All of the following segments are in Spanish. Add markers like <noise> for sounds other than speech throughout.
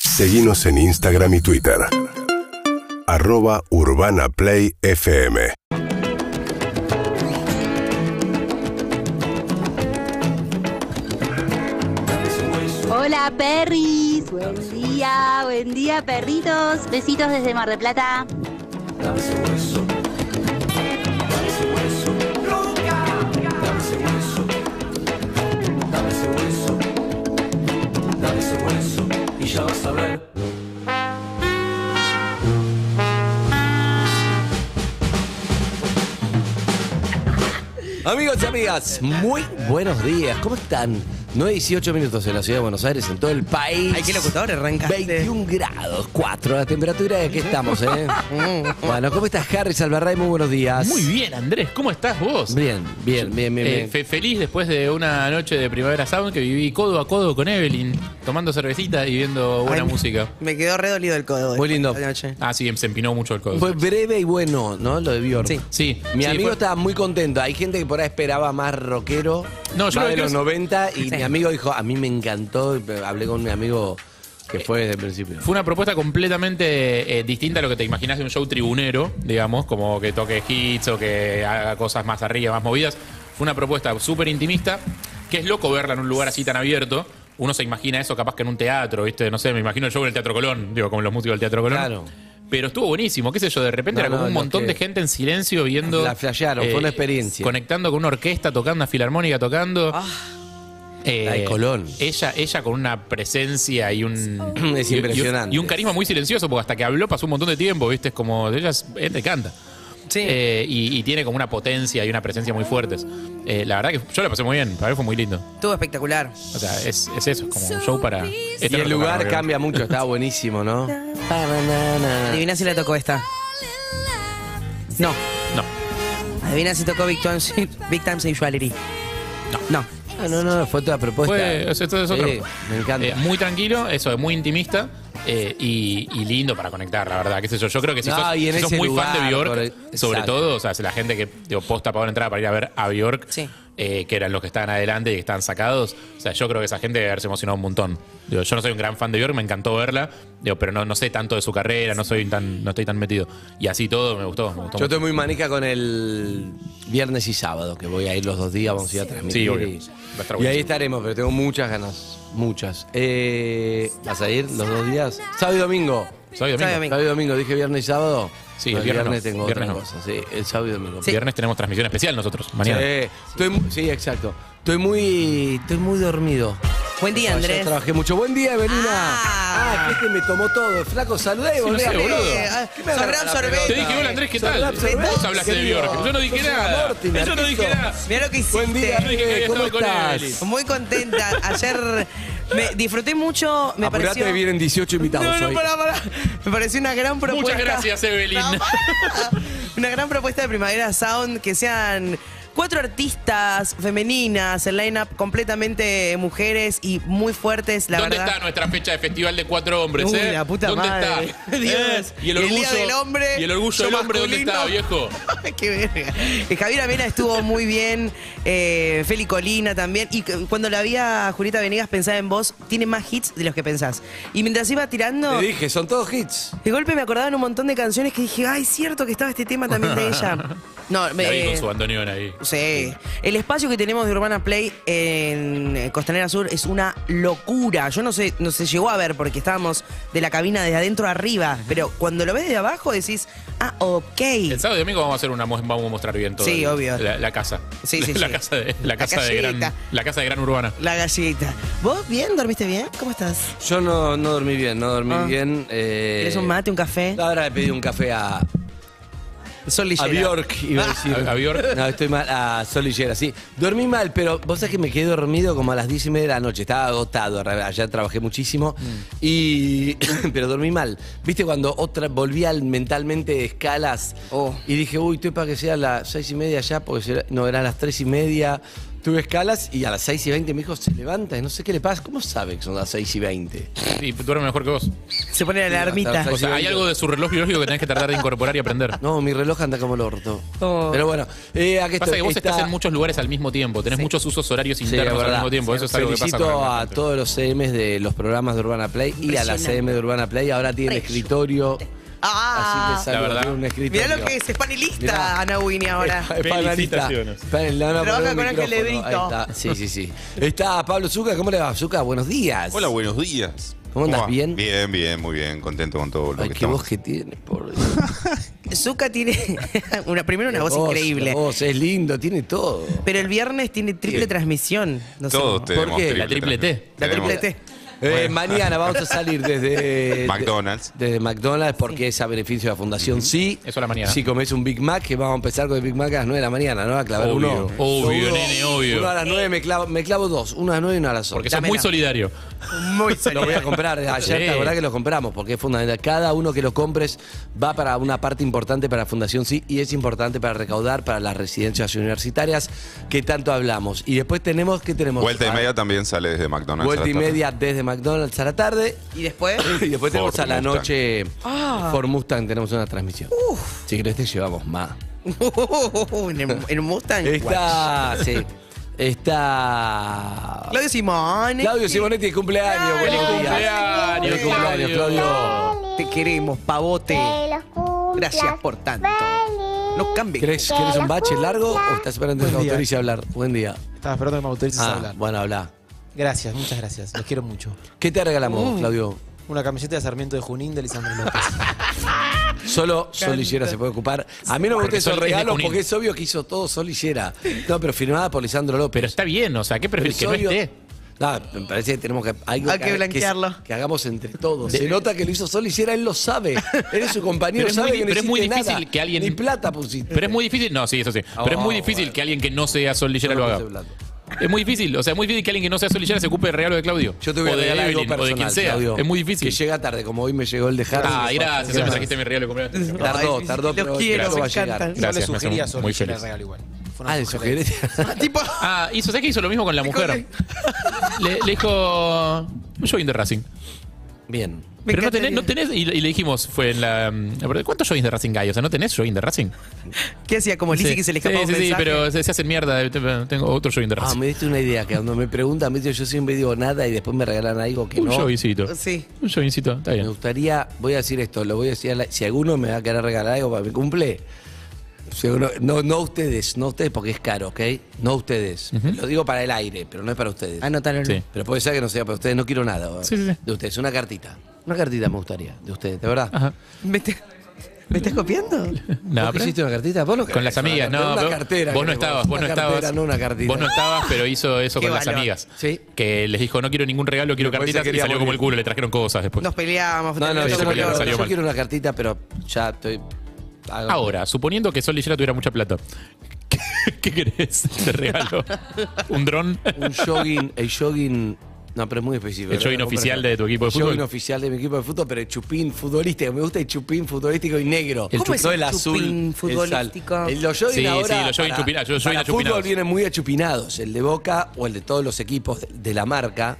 Seguimos en Instagram y Twitter. Arroba Urbana Play FM. Hola perris, buen día, buen día perritos, besitos desde Mar del Plata. Amigos y amigas, muy buenos días. ¿Cómo están? 9 18 minutos en la ciudad de Buenos Aires, en todo el país. Ay, qué locutor, arrancaste. 21 grados, 4 la temperatura de que estamos, ¿eh? bueno, ¿cómo estás, Harry Salvarray? Muy buenos días. Muy bien, Andrés, ¿cómo estás vos? Bien, bien, bien, bien. Eh, bien. fe- feliz después de una noche de Primavera Sound que viví codo a codo con Evelyn, tomando cervecita y viendo buena Ay, me- música. Me quedó redolido el codo. Muy después lindo. de la noche. Ah, sí, se empinó mucho el codo. Fue breve y bueno, ¿no? Lo de Bjork. Sí. sí, Mi sí, amigo fue- estaba muy contento. Hay gente que por ahí esperaba más rockero. No, yo lo más de que los quiero- 90 y mi amigo dijo, a mí me encantó. y Hablé con mi amigo que fue desde el principio. Fue una propuesta completamente eh, distinta a lo que te imaginas de un show tribunero, digamos, como que toque hits o que haga cosas más arriba, más movidas. Fue una propuesta súper intimista, que es loco verla en un lugar así tan abierto. Uno se imagina eso capaz que en un teatro, ¿viste? No sé, me imagino el show en el Teatro Colón, digo, como los músicos del Teatro Colón. Claro. Pero estuvo buenísimo, qué sé yo, de repente No, era como no, un lo montón que- de gente en silencio viendo. eh, La flashearon, fue una experiencia. Conectando con una orquesta, tocando una filarmónica, tocando. Eh, La de Colón. Ella, ella con una presencia y un. <clears throat> Es y- y- impresionante. Y, un carisma muy silencioso, porque hasta que habló pasó un montón de tiempo, ¿viste? Es como. Ella es- él te canta. Sí. Eh, y, y tiene como una potencia y una presencia muy fuertes. Eh, la verdad que yo la pasé muy bien, para mí fue muy lindo. Estuvo espectacular. O sea, es, es eso, es como un show para. este Y el lugar cambia mucho, está buenísimo, <laughs> ¿no? Adivina si le tocó esta. No. No. Adivina si tocó Big Time, Big Time Sexuality. No. No. Ah, no, no, fue toda propuesta. Fue, es- esto es otro. Sí, me encanta. Eh, muy tranquilo, eso, es muy intimista eh, y, y lindo para conectar, la verdad. ¿Qué sé yo? Yo creo que si No, sos, y en si sos ese muy fan de lugar, por Bjork, el- sobre exacto. todo, o sea, si la gente que digo, posta pagó la entrada para ir a ver a Bjork, Sí. eh, que eran los que estaban adelante y que estaban sacados, o sea, yo creo que esa gente debe haberse emocionado un montón. Digo, yo no soy un gran fan de Bjork, me encantó verla, digo, pero no, no sé tanto de su carrera, no soy tan, no estoy tan metido. Y así todo me gustó, me gustó mucho. Yo estoy muy manija con el viernes y sábado, que voy a ir los dos días, vamos a ir a transmitir. Sí, obvio. y- Va a estar Y, buenísimo. ahí estaremos, pero tengo muchas ganas, muchas. Eh, ¿Vas a ir los dos días? Sábado y domingo. Soy domingo. Sábado y domingo. Sábado y domingo, dije viernes y sábado. Sí, No, el viernes no, tengo viernes no. otra cosa, sí, el sábado y domingo. Viernes tenemos transmisión especial nosotros, Sí, mañana. estoy mu- sí, exacto. Estoy muy, estoy muy dormido. Buen día, Ayer Andrés. Trabajé mucho. Buen día, Evelina. Ah, Ah. que este me tomó todo. Flaco, saludé y no volvé sé, a mí. boludo. Ah, ¿Qué me agarra sobrá un la sorbete. pelota? Te dije, hola Andrés, ¿qué tal? Sobrá un Vos hablaste de sorbete, Bjork. Yo no dije querido. nada. Yo soy un amor, Yo no dije Tinerfito. nada. Mira lo que hiciste. Buen día, Yo dije que Andrés, había ¿cómo estado con estás? Evelyn. Muy contenta. Ayer me disfruté mucho. Me Apurate, pareció. vienen 18 invitados No, no, hoy. pará, pará. Me pareció una gran propuesta. gracias, Evelyn. No, pará. una gran propuesta de Primavera Sound que sean cuatro artistas femeninas, el line-up completamente mujeres y muy fuertes, la ¿Dónde verdad. <laughs> está nuestra fecha de festival de cuatro hombres, Uy, eh? la puta ¿Dónde madre. está? <laughs> Dios. ¿Y el Y el orgullo Día del Hombre, ¿Y el orgullo yo del hombre dónde está, masculino. viejo? Qué verga. Eh, Javier Amena estuvo muy bien, eh, Feli Colina también. Y cu- cuando la vi a Julieta Venegas pensaba en vos, tiene más hits de los que pensás. Y mientras iba tirando, Te dije, son todos hits. de golpe me acordaban un montón de canciones que dije, ay, cierto que estaba este tema también <laughs> de ella. No, La vi eh, con su bandoneón ahí. Sí. El espacio que tenemos de Urbana Play en eh, Costanera Sur es una locura. Yo no sé, no se llegó a ver porque estábamos de la cabina desde adentro arriba. Pero cuando lo ves desde abajo decís, ah, ok. El sábado y domingo vamos a hacer una mu- vamos a mostrar bien todo. Sí, el- obvio. La, la casa. Sí, sí, <laughs> la sí. Casa de, la La casa de gran gallinita. la casa de gran urbana. La galleta. ¿Vos bien? ¿Dormiste bien? ¿Cómo estás? Yo no, no dormí bien, no dormí Ah. bien. Eh, ¿Querés un mate, un café? Ahora le pedí un café a, Sol a Lillera. Bjork, iba a decir. Ah, A- a Bjork. No, estoy mal, a Sol Lillera, sí. Dormí mal, pero vos sabés que me quedé dormido como a las 10 y media de la noche. Estaba agotado, re- ayer trabajé muchísimo. Mm. Y, <coughs> pero dormí mal. ¿Viste cuando otra volví al mentalmente de escalas? Oh. Y dije, uy, estoy para que sea las 6 y media ya, porque será- no, eran las 3 y media. Tuve escalas y a las 6 y 20 mi hijo se levanta y no sé qué le pasa. ¿Cómo sabe que son las 6 y 20? Y duerme mejor que vos. Se pone la alarmita. O sea, hay algo de su reloj biológico que tenés que tratar de incorporar y <laughs> aprender. No, mi reloj anda como el orto. Oh. Pero bueno, eh, aquí Pasa estoy. que vos Está- estás en muchos lugares al mismo tiempo, tenés muchos usos horarios Sí, internos es al verdad. mismo tiempo, eso es algo que pasa Felicito con la a gente. todos los CMs de los programas de Urbana Play y a la Impresionante. CM de Urbana Play. Ahora tienen escritorio. Ah, así que La salgo verdad. de un escritorio. mirá lo que es, es panelista Mirá. Ana Wini <laughs> ahora. Es panelista. Felicitaciones. Pan- le van a Trabaja poner un con Ángel micrófono. Lebrito. Ahí está. Sí, sí, sí. Está Pablo Zucca. ¿Cómo le va, Zucca? Buenos días. Hola, buenos días. ¿Cómo andas? va? ¿Bien? Bien, bien, muy bien. Contento con todo lo Ay, que qué estamos. voz que tiene, por Dios. Zuka tiene <laughs> una, primero una voz Vos, increíble. vos, es lindo, tiene todo. Pero el viernes tiene triple transmisión. No sé. Todos tenemos qué? La triple T. La triple T. Eh, mañana vamos a salir desde McDonald's. de- Desde McDonald's porque es a beneficio de la fundación. Sí. Eso a la mañana. Si comes un Big Mac, que vamos a empezar con el Big Mac a las 9 de la mañana, ¿no? A clavar Obvio, uno. obvio, Uno- nene, obvio. Uno a las 9 me clavo, me clavo dos. Uno a las 9 y uno a las 8. Porque sos muy Dámela. solidario. Muy Lo voy <laughs> a comprar. Ayer, Sí. la verdad que lo compramos, porque es fundamental. Cada uno que lo compres va para una parte importante para Fundación Sí y es importante para recaudar para las residencias universitarias que tanto hablamos. Y después tenemos, ¿qué tenemos? Vuelta y Ah, media también sale desde McDonald's. a Vuelta la y tarde. media desde McDonald's a la tarde. Y después, <clears throat> Y después tenemos Ford a la Mustang. noche Ford Mustang, tenemos una transmisión. Si querés te llevamos más. en, el- en un Mustang. Está, sí, está... Claudio Simone. Claudio Simonetti, ¡Feliz cumpleaños. buenos días. cumpleaños, Feliz cumpleaños, Claudio. Te queremos, pavote. Gracias por tanto. No cambies. ¿Querés, querés un bache largo o estás esperando que te autorice a hablar? Buen día. Estaba esperando que me autorices a Ah, hablar. bueno, habla. Gracias, muchas gracias. Los quiero mucho. ¿Qué te regalamos, Claudio? Una camiseta de Sarmiento de Junín de Lisandro López. Solo Sol Lillera se puede ocupar. A mí no me Porque gustan Sol esos es de regalos Junín. porque es obvio que hizo todo Sol Lillera. No, pero firmada por Lisandro López. Pero está bien, o sea, ¿qué prefieres? Que no Episodio- esté. No, me parece que tenemos que. algo Hay que blanquearlo. Que, que hagamos entre todos. Se nota que lo hizo Sol y si era él lo sabe. Eres su Pero compañero, es sabe muy- que no pero es muy hiciste difícil nada. que alguien- Ni plata pusiste. Pero es muy difícil, no, sí, eso sí. Ah, Pero es muy bueno. difícil que alguien que no sea Sol Lillera Yo no lo puse haga. plata. Es muy difícil, o sea, es muy difícil que alguien que no sea Sol Lillera se ocupe del regalo de Claudio. Yo te voy a o de regalar algo Evelyn, o de quien personal, sea. Claudio, Es muy difícil. Que llega tarde, como hoy me llegó el de Harry. Ah, gracias, me trajiste mi regalo. de cumpleaños. Tardó, Ay, tardó, los pero quiero, eso va a me encantan. llegar. Yo le Gracias, me sugería hace solo muy que le feliz. regalo igual. Fue una Ah, de sugerencia. <laughs> sugerencia. Tipo, Ah, hizo, ¿sabes qué hizo lo mismo con la mujer? Le, le dijo, yo de Racing. Bien. Me Pero no tenés, encantaría. no tenés, y, y le dijimos, fue en la. mm, la verdad, ¿Cuántos joins de Racing hay? O sea, ¿no tenés join de Racing? ¿Qué hacía? Pues Como Lizzy Sí. que se le escapaba Sí, un sí, sí, mensaje. pero se, se hacen mierda. eh, te- Tengo otro join de Ah, Racing. me diste una idea, que cuando me preguntan, ¿viste? yo siempre digo nada y después me regalan algo que un no. joincito. Sí. Un joincito, está Me bien. gustaría, voy a decir esto, lo voy a decir, a la- si alguno me va a querer regalar algo para mi cumple, si alguno- no, no ustedes, no ustedes porque es caro, ¿ok? No ustedes. Lo digo para el aire, pero no es para ustedes. Anótalo. Sí. Pero puede ser que no sea para ustedes, no quiero nada ¿verdad? Sí, sí, sí. de ustedes, una cartita. Una cartita me gustaría, de ustedes, de verdad. Ajá. ¿Me, te- ¿Me estás copiando? Nada, ¿Vos pero- hiciste una cartita? ¿Vos no querés Con las una amigas, cartita, no. una vos- cartera vos no queremos, estabas, vos una no cartera, estabas. no una cartita. Vos no estabas, pero hizo eso Qué con las valor. amigas. Sí. Que les dijo, no quiero ningún regalo, quiero Después se cartitas. Y quería salió como morir. el culo, le trajeron cosas después. Nos peleábamos. No, no, Sí, yo sí, no porque quiero, le salió yo mal. Ah, quiero una cartita, pero ya estoy... hago- Ahora, suponiendo que Sol Lillera tuviera mucha plata, ¿qué, qué querés de <laughs> regalo? ¿Un dron? un jogging, el jogging. No, pero es muy específico. El jogging oficial de tu equipo de El fútbol. jogging oficial de mi equipo de fútbol, pero el chupín futbolístico. Me gusta el chupín futbolístico y negro. ¿Cómo chup- es no el chupín azul, el sal. futbolístico? El- los jogging Sí, sí, ahora los jogging para- chupinados, yo soy para achupinados. fútbol vienen muy achupinados. El de Boca o el de todos los equipos de- de la marca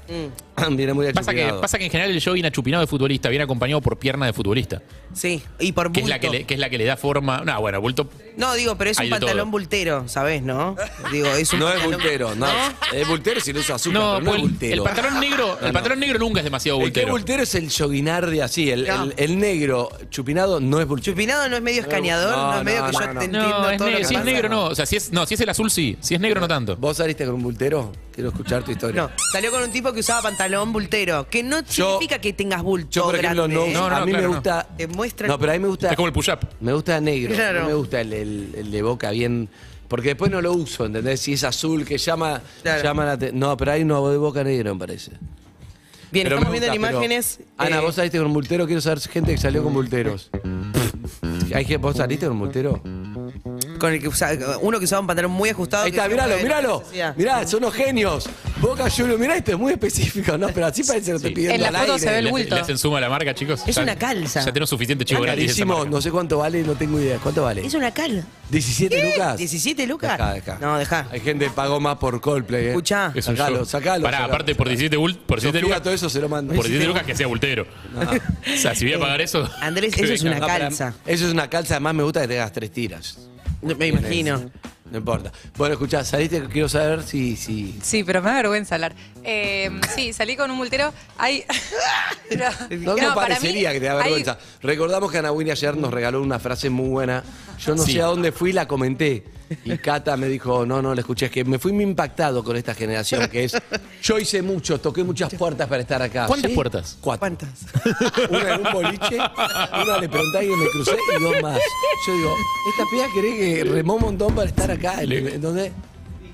<clears throat> Mm. viene muy achupinado. Pasa que, pasa que en general el jogging achupinado de futbolista viene acompañado por pierna de futbolista, Sí. Y por que bulto. es, la que, le, que es la que le da forma. No, bueno, bulto. No, digo, pero es Hay un de todo. pantalón bultero, ¿sabés, no? Digo, es un No es pantalón- bultero, no. Es bultero si lo usa azúcar, No, pero no pues es el, bultero. el pantalón negro, No, el no. pantalón negro nunca es demasiado El que es bultero. bultero es el joguinar de así. El, No. el- el negro chupinado no es bultero. Chupinado no es medio escaneador, no, No, es medio no, que yo no, no. te entiendo No, es todo lo que negro, si es pasa. negro no, o sea, si es, no, si es el azul sí, si es negro no tanto. ¿Vos saliste con un bultero? Quiero escuchar tu historia. No, salió con un tipo que usaba pantalón bultero, que no significa que tengas bulto Yo, por ejemplo, no, grande, ¿eh? No, no, a mí claro, me no. gusta. Te muestra- No, pero a mí me gusta. Es como el push-up. Me gusta negro. Claro. No me gusta el, el- el de boca bien. Porque después no lo uso, ¿entendés? Si es azul, que llama, Claro. llama la te- No, pero hay uno de boca negro, me parece. Bien, Pero estamos me viendo en gusta, pero- imágenes. Ana, eh, vos saliste con un bultero. Quiero saber si gente que salió con bulteros. ¿Hay que, ¿Vos saliste con un bultero? con con el que usaba, uno que usaba un pantalón muy ajustado. Ahí que está, decía, míralo, bueno, míralo. necesidad. Mirá, son unos genios. Boca Juniors, mirá esto, es muy específico, ¿no? Pero así parece que te Sí. pidiendo En la al foto aire. se ve el Le, hace- bulto. le hacen suma a la marca, chicos. Es una calza. Ya tenemos suficiente chivo gratis. de esa Carísimo, marca. no sé cuánto vale, no tengo idea. ¿Cuánto vale? Es una cal. ¿17 lucas? 17 lucas. Dejá, dejá. No, dejá. Hay gente que pagó más por Coldplay, ¿eh? Escuchá. Es un Sacalo, show. sacalo. Pará, sacalo, aparte por sacalo. 17, bul- por 17 Sofía, lucas. todo eso se lo mando. Por 17 lucas que sea bultero. <laughs> O sea, si voy a pagar eso. Andrés, <laughs> que eso es venga. No, una para- calza. Eso es una calza, además me gusta que tengas tres tiras. No, me imagino. No importa. Bueno, escuchá, saliste, quiero saber si... si... Sí, pero me da vergüenza hablar. Eh, sí, salí con un multero. Hay... <laughs> no, No, no parecería que te da vergüenza. Recordamos que Ana Winnie ayer nos regaló una frase muy buena. Yo no Sí. sé a dónde fui, la comenté. Y Cata me dijo, no, no, la escuché. Es que me fui muy impactado con esta generación, que es... Yo hice mucho, toqué muchas puertas para estar acá. ¿Cuántas puertas? Cuatro. ¿Cuántas? <laughs> Una en un boliche, una le pregunté y me crucé y dos más. Yo digo, esta piba cree que remó un montón para estar acá. ¿En, Le- en dónde?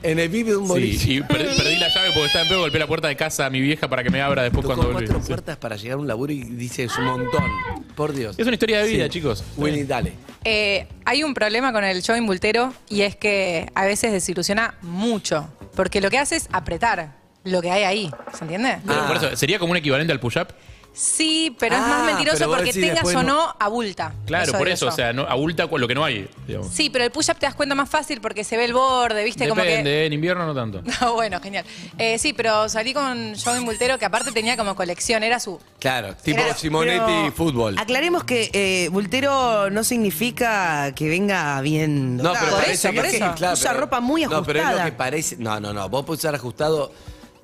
En el VIP de un boliche. Sí, y per- perdí la llave porque estaba en pedo, golpeé la puerta de casa a mi vieja para que me abra después Tocó cuando volví. cuatro Sí. puertas para llegar a un laburo y dice, es un montón. Por Dios. Es una historia de vida, chicos. Winnie, dale. Eh, hay un problema con el jogging bultero y es que a veces desilusiona mucho. Porque lo que hace es apretar lo que hay ahí. ¿Se entiende? Pero Ah. por eso, ¿sería como un equivalente al push-up? Sí, pero es Ah, más mentiroso pero vos porque decís tengas después o no- no, abulta. Claro, por digo eso, yo. o sea, no, abulta cu- lo que no hay. digamos. Sí, pero el push-up te das cuenta más fácil porque se ve el borde, ¿viste? Depende, Como que... <laughs> ¿eh? en invierno no tanto. No, bueno, genial. Eh, sí, pero salí con Joven Multero, que aparte tenía como colección, era su... Claro, tipo Claro, Simonetti Pero fútbol. Aclaremos que eh, Bultero no significa que venga bien. No, pero Por parece eso, que por sí, eso. claro, Usa pero- ropa muy No, pero es lo ajustada. que parece. No, no, no. Vos podés usar ajustado.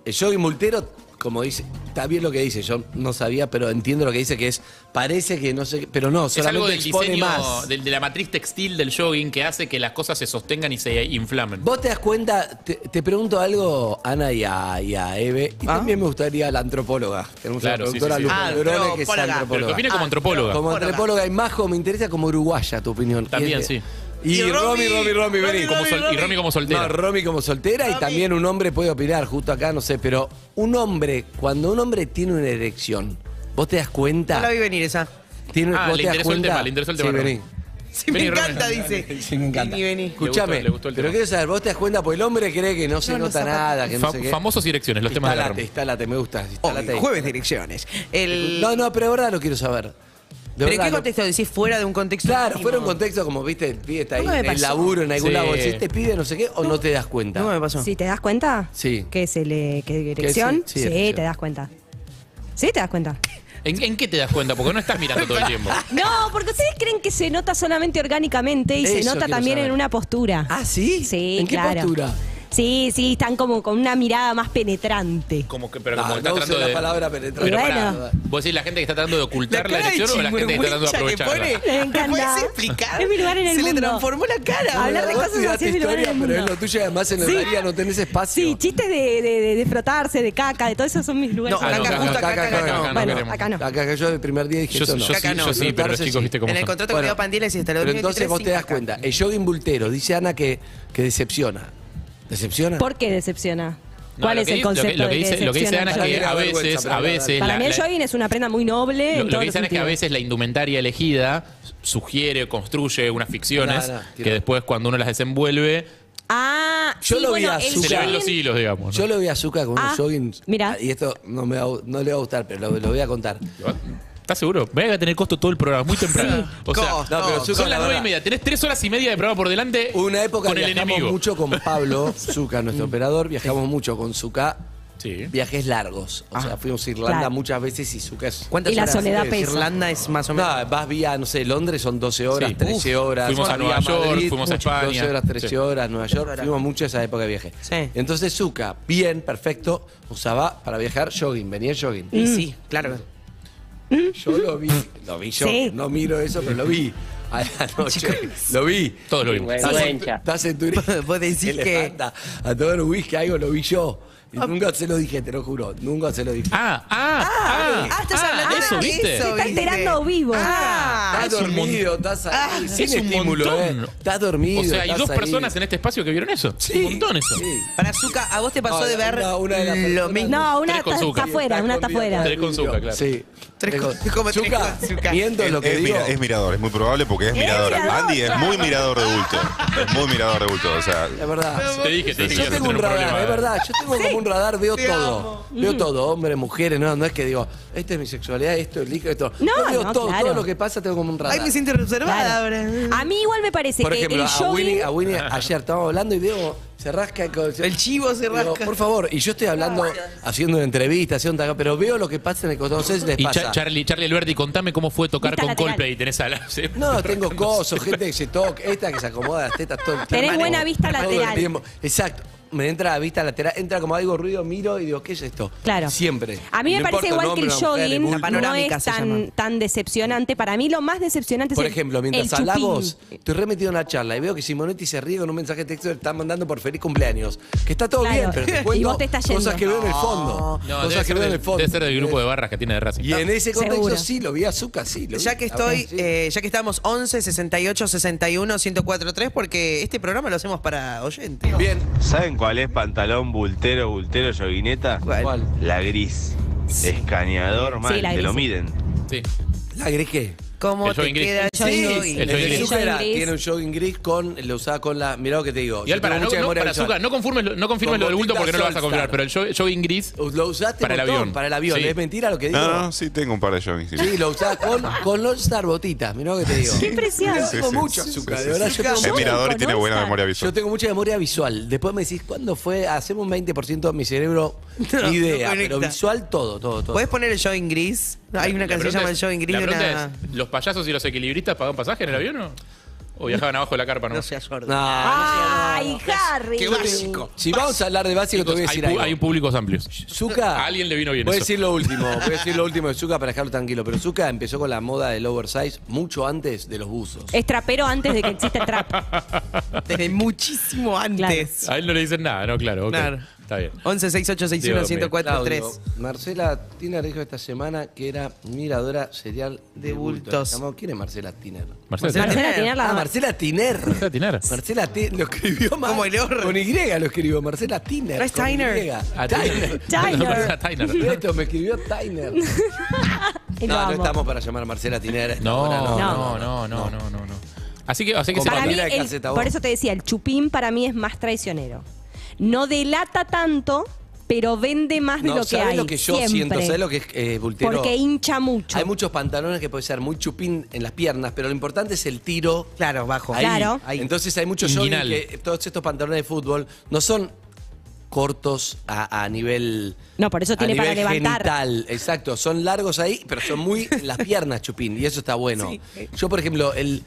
Eh, Yo y Multero, como dice, está bien lo que dice. Yo no sabía, pero entiendo lo que dice, que es. Parece que no sé. qué- Pero no, Es algo solamente del expone diseño, más. del- de la matriz textil del jogging que hace que las cosas se sostengan y se inflamen. Vos te das cuenta, te, te pregunto algo, Ana y a, y a Eve, y también me gustaría la antropóloga. Tenemos Claro, a la sí, doctora sí, sí. Lupa Ah, Neurone, que es antropóloga. Ah, Pero que antropóloga. opine como antropóloga. Como antropóloga y majo, me interesa como uruguaya tu opinión. También, Y es de- sí. Y, Romy, Romy, Romy, vení. Como sol- y Romy como soltera. No, Romy como soltera y también un hombre puede opinar, justo acá, no sé, pero un hombre, cuando un hombre tiene una erección, vos te das cuenta. No la vi venir esa. Tiene, Ah, vos le te das interesó el cuenta. tema, le interesó el tema, Sí, Romy. vení. Sí, Vení, me Romy. encanta, dice. Sí, me encanta. Vení, vení. Escuchame, le gustó el pero tema. quiero saber, vos te das cuenta, porque el hombre cree que no se No, los nota zapatos. nada, que no Fa- sé qué. famosos y direcciones, los temas de la Instalate, Romy. instalate, me gusta. Instalate Hoy, ahí. jueves direcciones. El... No, no, pero de verdad lo quiero saber. De ¿Pero en verdad qué lo- contexto decís? Fuera de un contexto. Claro, íntimo. fuera un contexto como, viste, el pibe está ahí Nunca me en el pasó. laburo, en algún Sí. lado, si este pibe no sé qué, o no, te das cuenta. No me pasó. Si te das cuenta Sí. que se le que dirección, sí, sí, dirección. te das cuenta. Sí, te das cuenta. ¿En, en qué te das cuenta? Porque no estás mirando todo el tiempo. No, porque ustedes creen que se nota solamente orgánicamente y se Eso nota quiero también saber. en una postura. Ah, ¿sí? Sí, ¿En qué claro. postura? Sí, sí, están como con una mirada más penetrante. Como que, pero No, como Ah, no estás uses tratando la de. palabra penetrante. Pero pará, Bueno. ¿Vos decís la gente que está tratando de ocultar la, cara de dirección o la gente que está tratando de chingüengüencha aprovecharla? que pone. Me ¿Me encanta. puedes explicar? Es mi lugar en el Se mundo. le transformó la cara. Hablar de Vos cosas tiraste así es mi lugar en el historia, Pero es mundo. lo tuyo y además en Sí. horaria no tenés espacio. Sí, chistes de, de- de- de frotarse, de caca, de todo eso son mis lugares. No, acá, no, acá, justo acá, acá, acá, acá, no. acá, no bueno, queremos. acá no. Acá que yo el primer día dije Yo, eso yo no. sí, yo no. sí, pero los chicos, viste cómo En el son. contrato Bueno. que dio Pandiela hiciste hasta los Pero entonces 2023, vos te das acá. cuenta. El jogging bultero, dice Ana que, que decepciona. ¿Decepciona? ¿Por qué decepciona? No, ¿Cuál lo es que el di- lo que- concepto lo que de dice- Lo que dice decepciona? Ana es Para que mí a da vergüenza, veces, pero a la veces. verdad. Para la- mí el la- jogging es una prenda muy noble. en Lo, lo todos que los dicen es que a sentidos. veces la indumentaria elegida sugiere, construye unas ficciones No, no, quiero- que después cuando uno las desenvuelve Ah, Yo sí, lo vi bueno, a el Zucca. se le van jogging- los hilos, digamos. ¿no? Yo lo vi a Zucca con Ah, un jogging. mirá. Y esto no, me va a- no le va a gustar, pero lo, lo voy a contar. ¿Estás seguro? Me va a tener costo todo el programa, muy temprano. O sea, Costo. No, pero Zucca, son la las nueve y verdad, media, tenés tres horas y media de programa por delante Hubo Una época con el viajamos enemigo. mucho con <laughs> Pablo Zucca, nuestro operador. Viajamos mucho con Zucca. Sí. Viajes largos. O sea, fuimos a Irlanda Claro. muchas veces y Zucca es. ¿Cuántas Y la horas? soledad Eh, pesa. Irlanda es más o menos. No, vas vía, no sé, Londres son 12 horas, Sí. 13 horas. Fuimos a Vas Nueva vía York, fuimos a mucho, España. 12 horas, 13 Sí. horas, Nueva York. Fuimos mucho a esa época de viaje. Sí. Entonces, Zuka, bien, perfecto, usaba para viajar jogging, venía en jogging. Y Mm. sí, claro. Yo lo vi, lo vi yo, Sí. no miro eso, pero lo vi a la noche. Lo vi. Todos lo vimos. <laughs> Estás en, estás en Turín. Vos decís le que- manda A tomar un whisky, algo lo vi yo. Y nunca se lo dije, te lo juro. Nunca se lo dije. Ah, ah, ah. ah, estás hablando de eso, ¿viste? eso, Está ¿viste? enterando vivo. Ah, Estás dormido, estás ahí. sin es un estímulo, montón. eh. Estás dormido. O sea, hay estás dos ahí. personas en este espacio que vieron eso. Sí. Un montón eso. Sí. Para Zuka, ¿a vos te pasó No, de la- ver la- una de las lo personas- mismo? No, una Tres con está, azúcar. está afuera, una está afuera. Tres con azúcar, claro. Sí. Tres Tres con- con- como tres Zucca, con azúcar. Miento Es, lo que es digo. mira- es mirador, es muy probable porque es mirador. mirador, Andy es claro. muy mirador de bulto. Es muy mirador de bulto. O sea, Es verdad. Te dije, te dije. que Yo ibas a tengo tener un radar, problema. eh. es verdad. Yo tengo como un radar, veo todo. Mm. Veo todo, hombres, mujeres, no, no es que digo, esta es mi sexualidad, esto es líquido, esto. No, Yo veo no, todo, claro. todo lo que pasa tengo como un radar. Ay, me siento reservada Claro. ahora. A mí igual me parece Por que ejemplo, el a Winnie, jogging... a Winnie ayer estábamos hablando y Diego se rasca. con- El chivo se Digo, rasca. por favor, y yo estoy hablando, haciendo una entrevista, haciendo un taca- pero veo lo que pasa en el costado. No sé si les Y pasa. Cha- Charlie, Charlie Alberti, contame cómo fue tocar Vista con lateral. Coldplay y tenés a la... <laughs> No, tengo cosos, gente que se toca, esta que se acomoda las tetas todo el tiempo. Tenés buena vista Todo el lateral. tiempo. Exacto. Me entra la vista lateral, entra como algo ruido, miro y digo, ¿qué es esto? Claro. Siempre. A mí me No importa parece igual que el hombre, mujer, jogging bulto. bulto. no Panorámica es se llama. tan, tan decepcionante. Para mí lo más decepcionante Por es el- ejemplo, el mientras chupín. hablamos, estoy remetido en la charla y veo que Simonetti se ríe con un mensaje de texto que le están mandando por feliz cumpleaños. Que está todo Claro. bien, pero te <laughs> Y cuento vos te estás cosas yendo. que veo en el fondo. No, debe, cosas que ser veo en del, el fondo. debe ser del grupo de barras que tiene de Racing. Y en ese contexto Seguro. sí, lo vi a Zucca, sí. Lo vi. Ya que estoy, Ah, sí. eh, ya que estamos 11 68 61 1043 porque este programa lo hacemos para oyentes. Bien. ¿Saben cuál es pantalón bultero, bultero, yoguineta? ¿Cuál? ¿Cuál? La gris. Escaneador, mal, la te lo gris. miden. Sí. La agregué. ¿Cómo El te jogging gris. queda el Sí, jogging? el El de jogging Zucca era- gris. tiene un jogging gris con, lo usaba con la, mirá lo que te digo. Igual yo para, tengo no, mucha no, memoria para visual. azúcar, no confirmes, lo- no confirmes Con lo del bulto botita porque no lo vas a Solstar. confirmar, pero el jo- jogging gris. Lo usaste Para el montón, avión. Para el avión, Sí. es mentira lo que digo. no, no, sí tengo un par de joggings. sí. Sí, lo usaba con, con los Star botitas, mirá lo que te digo. Qué precioso. Sí, Tengo sí, mucho sí, azúcar, sí, de sí, verdad. sí. Yo tengo Em, Es Muy mirador y tiene con buena Oscar. memoria Yo visual. tengo mucha memoria visual. Después me decís, ¿cuándo fue? Hacemos un 20% de mi cerebro No, idea, no pero conecta. visual todo, todo, todo. Pues, ¿Puedes poner el jogging gris? No, Hay una La canción que pregunta se llama el es- jogging gris La de pregunta una... es, ¿los payasos y los equilibristas pagaban pasaje en el avión o, o viajaban abajo de la carpa? No, No seas gordo. No, Ay, Harry. Qué básico. Si vamos a hablar de básico, te voy a hay, decir pu- algo. hay públicos amplios. Zucca. A <laughs> alguien le vino bien Voy a eso. decir lo último, voy <laughs> a decir lo último de Zucca para dejarlo tranquilo. Pero Zucca empezó con la moda del oversize mucho antes de los buzos. Es trapero antes de que exista <laughs> <laughs> el trap. Desde muchísimo antes. A él no le dicen nada, no, claro. ok. Claro. Está bien. 11 68 61 Dios mío. 1043 Claudio, Marcela Tiner dijo esta semana que era miradora serial de, De bultos. Llamó- ¿Quién es Marcela Tiner? Marcela, Marcela Marcela Tiner la Ah, Marcela Tiner. <laughs> Marcela Tiner. Marcela Tiner lo escribió más. Como el horror. Con Y lo escribió Marcela Tiner. No es con Tyner. Y. Ah, Tyner. Tyner. Marcela Tyner. Mirá Esto me escribió Tyner. Y lo No, no amo. estamos para llamar a Marcela Tiner. No, Ahora no, no, no, no, no, no. Así que, así que se Para manda. Para mí, Mira de el- caseta vos. por eso te decía, el chupín para mí es más traicionero. No delata tanto, pero vende más de No, lo que ¿sabés hay. lo que yo siempre. siento? ¿Sabes lo que es eh, bultero? Porque hincha mucho. Hay muchos pantalones que puede ser muy chupín en las piernas, pero lo importante es el tiro. Claro, bajo. Ah, Ahí. Claro. Ahí. Entonces hay muchos jogging Inguinal. que todos estos pantalones de fútbol no son cortos a, a nivel No, por eso a tiene para nivel levantar. genital, exacto, son largos ahí, pero son <laughs> muy las piernas chupín y eso está bueno. Yo por ejemplo, el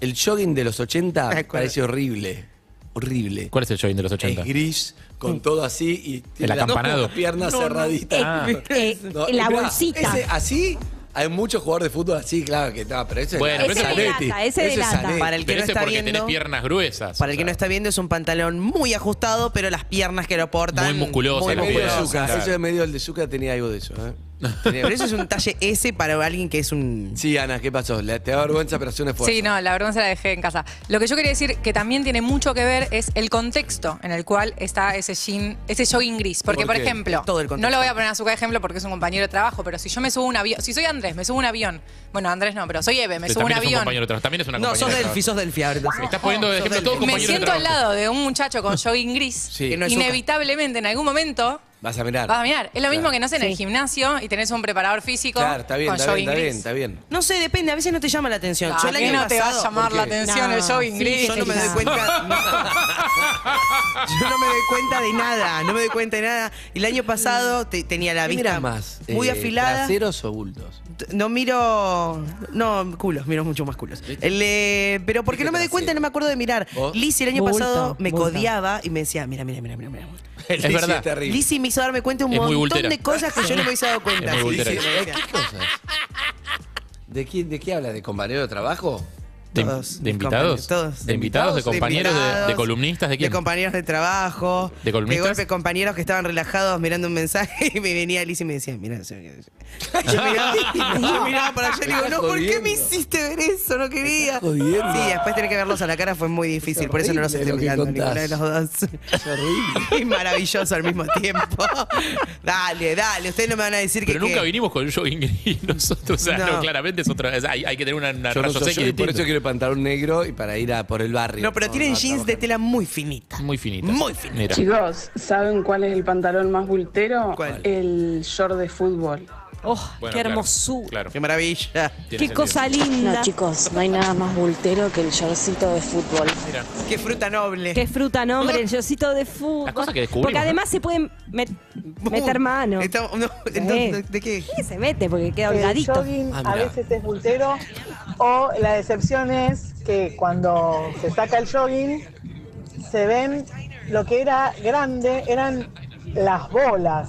el jogging de los 80 acuerdo. parece horrible, horrible. ¿Cuál es el jogging de los 80? Es gris con todo así y tiene Mm. El las- acampanado. las piernas cerraditas. Eh, Ah. eh, No, la y mirá, bolsita. ese así hay muchos jugadores de fútbol así, claro que está, pero ese Bueno, es pero ese Zanetti, delata, ese delata. Zanetti. Para el que Pero no ese está porque tenés viendo... piernas gruesas. Para o el que no sea. está viendo, es un pantalón muy ajustado, pero las piernas que lo portan... Muy musculoso, muy la Medio pierna. musculoso. de Zucca, Claro. Eso de medio el de Zucca tenía algo de eso. <laughs> ¿eh? Tenía- Pero eso es un talle S para alguien que es un... Sí, Ana, ¿qué pasó? Le- Te da vergüenza, pero hace un esfuerzo. Sí, no, la vergüenza la dejé en casa. Lo que yo quería decir que también tiene mucho que ver es el contexto en el cual está ese jean, ese jogging gris. Porque, ¿Por por, qué? ejemplo, Todo el no contexto. lo voy a poner a su de ejemplo porque es un compañero de trabajo, pero si yo me subo a un avión, si soy Andrés, me subo a un avión. Bueno, Andrés no, pero soy Eve, me Pero subo a un también es un avión. compañero de trabajo, También es una No, compañera sos de delfi, trabajo. sos delfi. ahora te- Estás poniendo de Sos ejemplo a todos delfi. Me compañeros de siento al trabajo. lado de un muchacho con jogging gris. Sí. Que no es Zucca. Inevitablemente, en algún momento, Vas a mirar. vas a mirar. Es lo mismo que no sé en el Sí. gimnasio y tenés un preparador físico Claro, está bien, con está bien, jogging está bien, gris. está bien. No sé, depende, a veces no te llama la atención. Ah, Yo el ¿qué año no te va a pasado- llamar la ¿Por qué? atención el No, jogging sí, gris? <laughs> Yo no me Feliz. doy cuenta. <laughs> yo no me doy cuenta de nada, no me doy cuenta de nada. Y el año pasado te- tenía la ¿Qué vista miras más? muy eh, afilada. ¿Traseros o bultos? T- No miro. No, culos, miro mucho más culos. El, eh, pero porque no me doy cuenta, no me acuerdo de mirar. ¿Vos? Lizzy el año Bulto, pasado me bulto. codiaba y me decía: Mira, mira, mira, mira. mira. <laughs> Es Sí, sí, verdad. terrible. Lizzy me hizo darme cuenta un Es muy montón bultera. de cosas que yo no me hubiese dado cuenta. Es muy Sí, bultera. sí, ¿de ¿Qué cosas? ¿De qué, ¿De qué hablas? ¿De compañero de trabajo? ¿De, Todos. de mis invitados? compañeros, Todos. ¿De invitados? ¿De compañeros? ¿De- invitados, de columnistas? ¿De quién? compañeros de trabajo. ¿De columnistas? golpe compañeros que estaban relajados mirando un mensaje <laughs> y me venía Alicia y me decía, mira, yo, yo- yo miraba, <laughs> yo miraba para allá y digo, no, ¿por qué me hiciste ver eso? No quería. jodiendo. Sí, después tener que verlos a la cara fue muy difícil, por eso no los horrible estoy lo que mirando ninguna contás. de las dos. <laughs> Y maravilloso al mismo tiempo. <laughs> dale, dale, ustedes no me van a decir Pero que nunca qué. vinimos con Jogging Green nosotros. O sea, no, No. claramente es otra. es- hay, hay que tener una, una Yo no razón soy yo, y por distinta. eso quiero pantalón negro y para ir a por el barrio. No, pero tienen jeans de tela muy finita. Muy finita. Muy finita. Mira. Chicos, ¿saben cuál es el pantalón más bultero? ¿Cuál? El short de fútbol. Oh, Bueno, qué claro, hermosura. Claro. Qué maravilla. tiene Qué sentido. cosa linda. No, chicos, no hay nada más bultero que el shortcito de fútbol. Qué fruta noble. Qué fruta, no, hombre, el yocito de fútbol. Las cosas que descubrimos, Porque además se pueden <laughs> met- meter mano. Estamos- no, entonces, ¿de- ¿De qué? Sí, se mete porque queda holgadito. Ah, mirá. es bultero o la decepción es que cuando se saca el jogging se ven lo que era grande eran las bolas.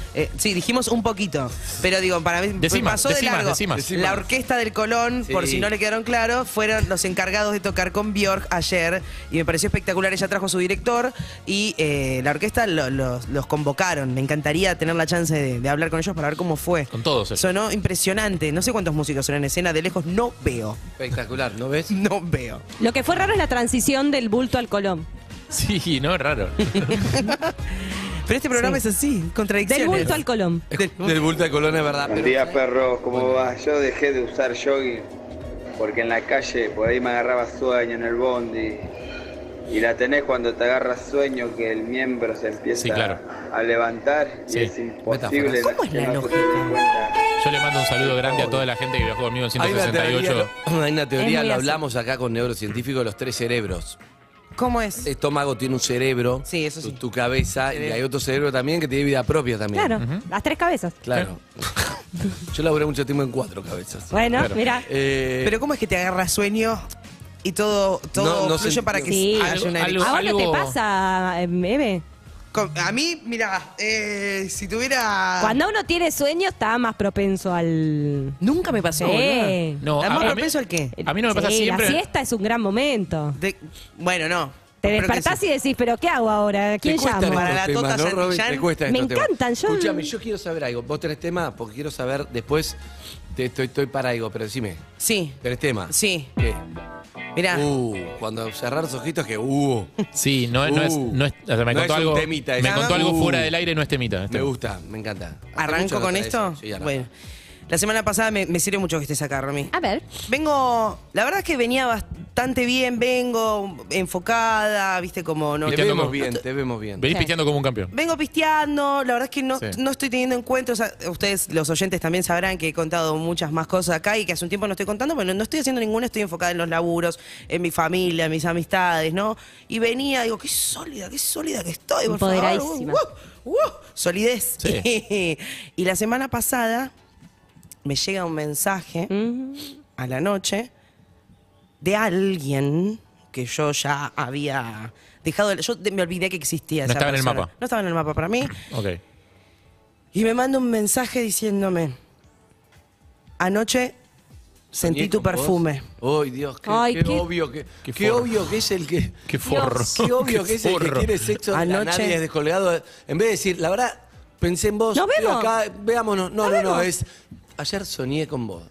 eh, sí, dijimos un poquito. Pero digo, para mí Decí más, pasó decí de más, largo. decí más. Decí La más. orquesta del Colón, por Sí. si no le quedaron claros, fueron los encargados de tocar con Björk ayer y me pareció espectacular. Ella trajo su director y eh, la orquesta lo- los, los convocaron. Me encantaría tener la chance de, de hablar con ellos para ver cómo fue. Con todos. ellos. Sonó impresionante. No sé cuántos músicos son en escena, de lejos no veo. Espectacular, ¿no ves? No veo. Lo que fue raro es la transición del bulto al colón. Sí, no, es raro. Pero este programa Sí. es así, Del contradicciones. bulto al colón. Del bulto de Colón es verdad. Buen pero- día, perro. ¿Cómo va? Yo dejé de usar jogging porque en la calle por ahí me agarraba sueño en el bondi. Y la tenés cuando te agarra sueño que el miembro se empieza Sí, claro. a levantar Sí, y es imposible. metáfora. ¿Cómo es que la no lógica? te des cuenta. Yo le mando un saludo grande a toda la gente que viajó conmigo en Hay una 168. teoría, hay una Es muy teoría así. lo hablamos acá con neurocientíficos, los tres cerebros. ¿Cómo es? El estómago tiene un cerebro, Sí, eso sí. Tu, tu cabeza, y hay otro cerebro también que tiene vida propia también. Claro, las tres cabezas. Claro. <laughs> Yo laburé mucho tiempo en cuatro cabezas. Bueno, Claro. mira. Eh, Pero ¿cómo es que te agarra sueño y todo, todo No, no fluye se- para que Sí. haya Algo- una algo- ¿A erección? vos no te pasa, eh, Eve? Con- A mí, mira, eh, si tuviera... Ah. Cuando uno tiene sueño está más propenso al... Nunca me pasó, Sí. boluda. No, ¿Estás a más mí- propenso al qué? A mí no me pasa Sí, siempre. La siesta es un gran momento. De- Bueno, no. Te Creo que despertás sí. y decís, pero ¿qué hago ahora? ¿A ¿Te ¿Quién cuestan llamo? estos Para la temas, Tota no, Santillán. Robin? ¿Te cuestan Me estos temas? encantan, yo- Escúchame, yo quiero saber algo. ¿Vos tenés tema? Porque quiero saber después. Te estoy, estoy para algo, pero decime. Sí, ¿Tenés tema? sí. ¿Qué? Mirá, Uh, cuando cerrar los ojitos que <laughs> uh. Sí, no, es- no es. Uh. No es- o sea, me No contó es un algo. temita, es me un- contó algo Uh. fuera del aire, no es temita. Me gusta, me encanta. Hace mucho ¿arranco no con traes esto? eso. Sí, arranca. bueno. La semana pasada me, me sirve mucho que estés acá, Romy. A ver. Vengo, la verdad es que venía bastante bien, vengo enfocada, viste, como no... Te Te vemos tomo- bien, te vemos bien. Venís pisteando como un campeón. Vengo pisteando, la verdad es que no, Sí. no estoy teniendo encuentros. a- Ustedes, los oyentes, también sabrán que he contado muchas más cosas acá y que hace un tiempo no estoy contando, pero no estoy haciendo ninguna, estoy enfocada en los laburos, en mi familia, en mis amistades, ¿no? Y venía, digo, qué sólida, qué sólida que estoy, por favor. Empoderadísima. Uh, uh, uh, solidez. Sí. <laughs> y la semana pasada me llega un mensaje a la noche de alguien que yo ya había dejado, de- yo de- me olvidé que existía. No esa estaba en el persona. mapa. No estaba en el mapa para mí. Ok. Y me manda un mensaje diciéndome, anoche sentí Soñé tu con vos. perfume. Ay, Dios, qué, Ay, qué qué- obvio, que, qué qué, forro. obvio que es el que. Qué forro. Qué obvio Qué que es el que forro. quiere sexo de la Anoche- nadie es descolgado. En vez de decir, la verdad, pensé en vos. Nos estoy vemos. Acá, veámonos. No, no, no, es. Ayer soñé con vos.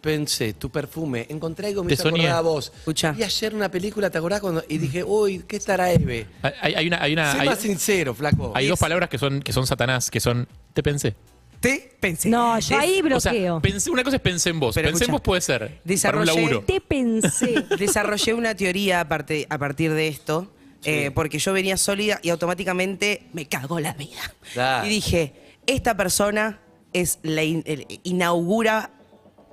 Pensé, tu perfume, encontré algo que me Te hizo acordar soñé. a vos. Escuchá. Y ayer una película, ¿te acordás? Cuando, y dije, uy, ¿qué estará Eve? Hay, hay una. Hay, una, Sé Ah, hay, más sincero, flaco. hay dos palabras que son, que son Satanás, que son. Te pensé. Te pensé. No, yo ahí O sea, bloqueo. pensé- una cosa es pensé en vos. Pero pensé en escucha, vos puede ser. Para un desarrollé- laburo. Te pensé. Desarrollé una teoría a, parte- a partir de esto, eh, porque yo venía sólida y automáticamente me cagó la vida. Claro. Y dije, esta persona es la in- el- inaugura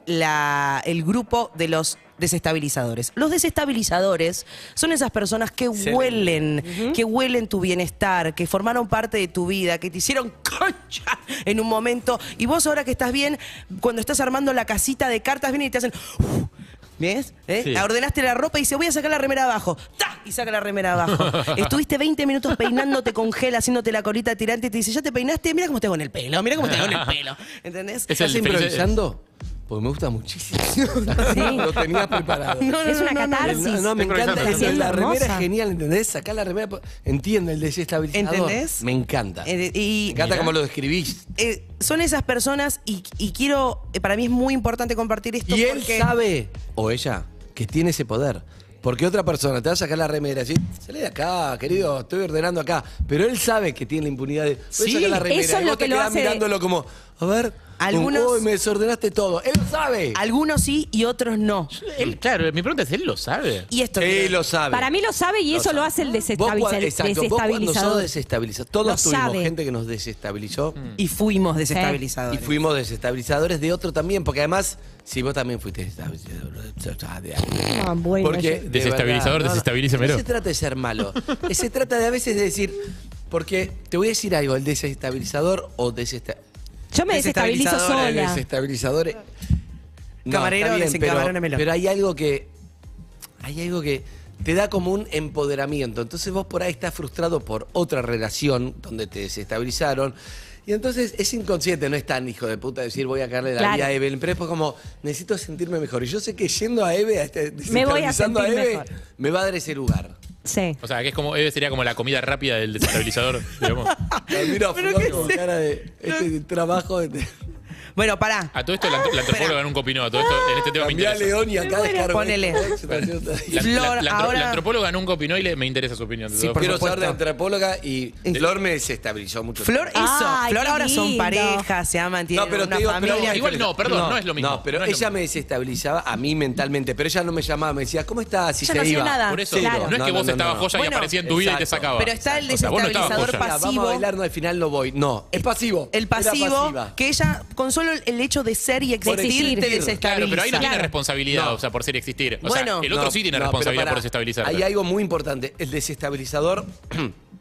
la- el grupo de los desestabilizadores. Los desestabilizadores son esas personas que huelen, que huelen tu bienestar, que formaron parte de tu vida, que te hicieron concha en un momento. Y vos ahora que estás bien, cuando estás armando la casita de cartas, vienen y te hacen... "Uf", ¿Ves? ¿Eh? Sí. La ordenaste la ropa y dice, voy a sacar la remera abajo. ¡Ta! Y saca la remera abajo. <laughs> Estuviste 20 minutos peinándote con gel, haciéndote la colita tirante y te dice, ya te peinaste, mira cómo te hago en el pelo, mira cómo te hago en el pelo. ¿Entendés? ¿Estás improvisando? Porque me gusta muchísimo. <laughs> Lo tenía preparado. No, no, Es una no, no, no. catarsis. No, no, me Estoy encanta. improvisando. La remera es Hermosa. genial, ¿entendés? Sacá la remera. Entiendo el desestabilizador. ¿Entendés? Me encanta. Eh, y- me encanta Mirá. cómo lo describís. Eh, son esas personas y, y quiero, eh, para mí es muy importante compartir esto. Y él porque- sabe, o ella, que tiene ese poder. Porque otra persona te va a sacar la remera y decir, salí de acá, querido, estoy ordenando acá. Pero él sabe que tiene la impunidad de. "Voy a Sí, sacar la remera. eso es y lo vos te que lo quedás hace- mirándolo como, a ver, Algunos- uy, me desordenaste todo. Él sabe. Algunos sí y otros no. Él, claro, mi pregunta es, ¿él lo sabe? Y esto Sí, lo sabe. Para mí lo sabe y Lo eso lo hace el Vos cua- desestabilizador. exacto, vos cuando sos desestabilizador, todos Lo tuvimos sabe. gente que nos desestabilizó. Y fuimos Y desestabilizadores. fuimos desestabilizadores de otro también, porque además, si vos también fuiste desestabilizador. No, Ah, bueno, Porque, yo- de Desestabilizador, verdad, no, no, desestabilícemelo. No se trata de ser <laughs> malo. se trata de a veces de decir, porque te voy a decir algo, el desestabilizador o desestabilizador. Yo me desestabilizo sola. Desestabilizador. No, Camarero, está bien, desencamarónemelo. pero, pero hay algo que. Hay algo que te da como un empoderamiento. Entonces vos por ahí estás frustrado por otra relación donde te desestabilizaron. Y entonces es inconsciente, no es tan hijo de puta decir voy a caerle la Claro. vida a Evelyn, pero es como necesito sentirme mejor. Y yo sé que yendo a Eve, a este- Me voy a desestabilizando sentir Eve, mejor. me va a dar ese <laughs> lugar. Sí. O sea, que es como, eh, sería como la comida rápida del desestabilizador, <laughs> digamos. La miro a Flor con cara de este trabajo. de- Bueno, pará. A todo esto, la, la antropóloga ganó un copinó. a Todo esto, en este tema me Cambiá a interesa. León y acá dejaron. Ponele. La, la- Flor, la antro- ahora- la antropóloga ganó un copinó y le- me interesa su opinión. de Sí, todo. quiero saber de antropóloga y Flor me desestabilizó mucho. Flor, eso. Ay, Flor qué ahora son lindo. parejas, se aman, tienen No, pero una te digo, familia. pero- Igual no, perdón, no es lo mismo, No, pero no es lo ella me desestabilizaba a mí mentalmente, pero ella no me llamaba, me decía, ¿cómo estás? Si Yo se no hacía iba. nada. Por eso, Claro. no es que No, vos no, no, estabas no. joya Bueno, y aparecía en tu vida y te exacto. sacaba. Pero está el O sea, vos no estabas desestabilizador joya. Mira, pasivo. Vamos a bailar, no, al final no voy. No, es pasivo. El Era pasivo, pasiva. que ella, con solo el hecho de ser y Por existir, te existir. Claro, desestabiliza. pero ahí no tiene Claro. responsabilidad, No. o sea, por ser existir. O sea, Bueno. el otro No, sí tiene no, responsabilidad pero por pará. desestabilizar. Hay algo muy importante. El desestabilizador <clears throat>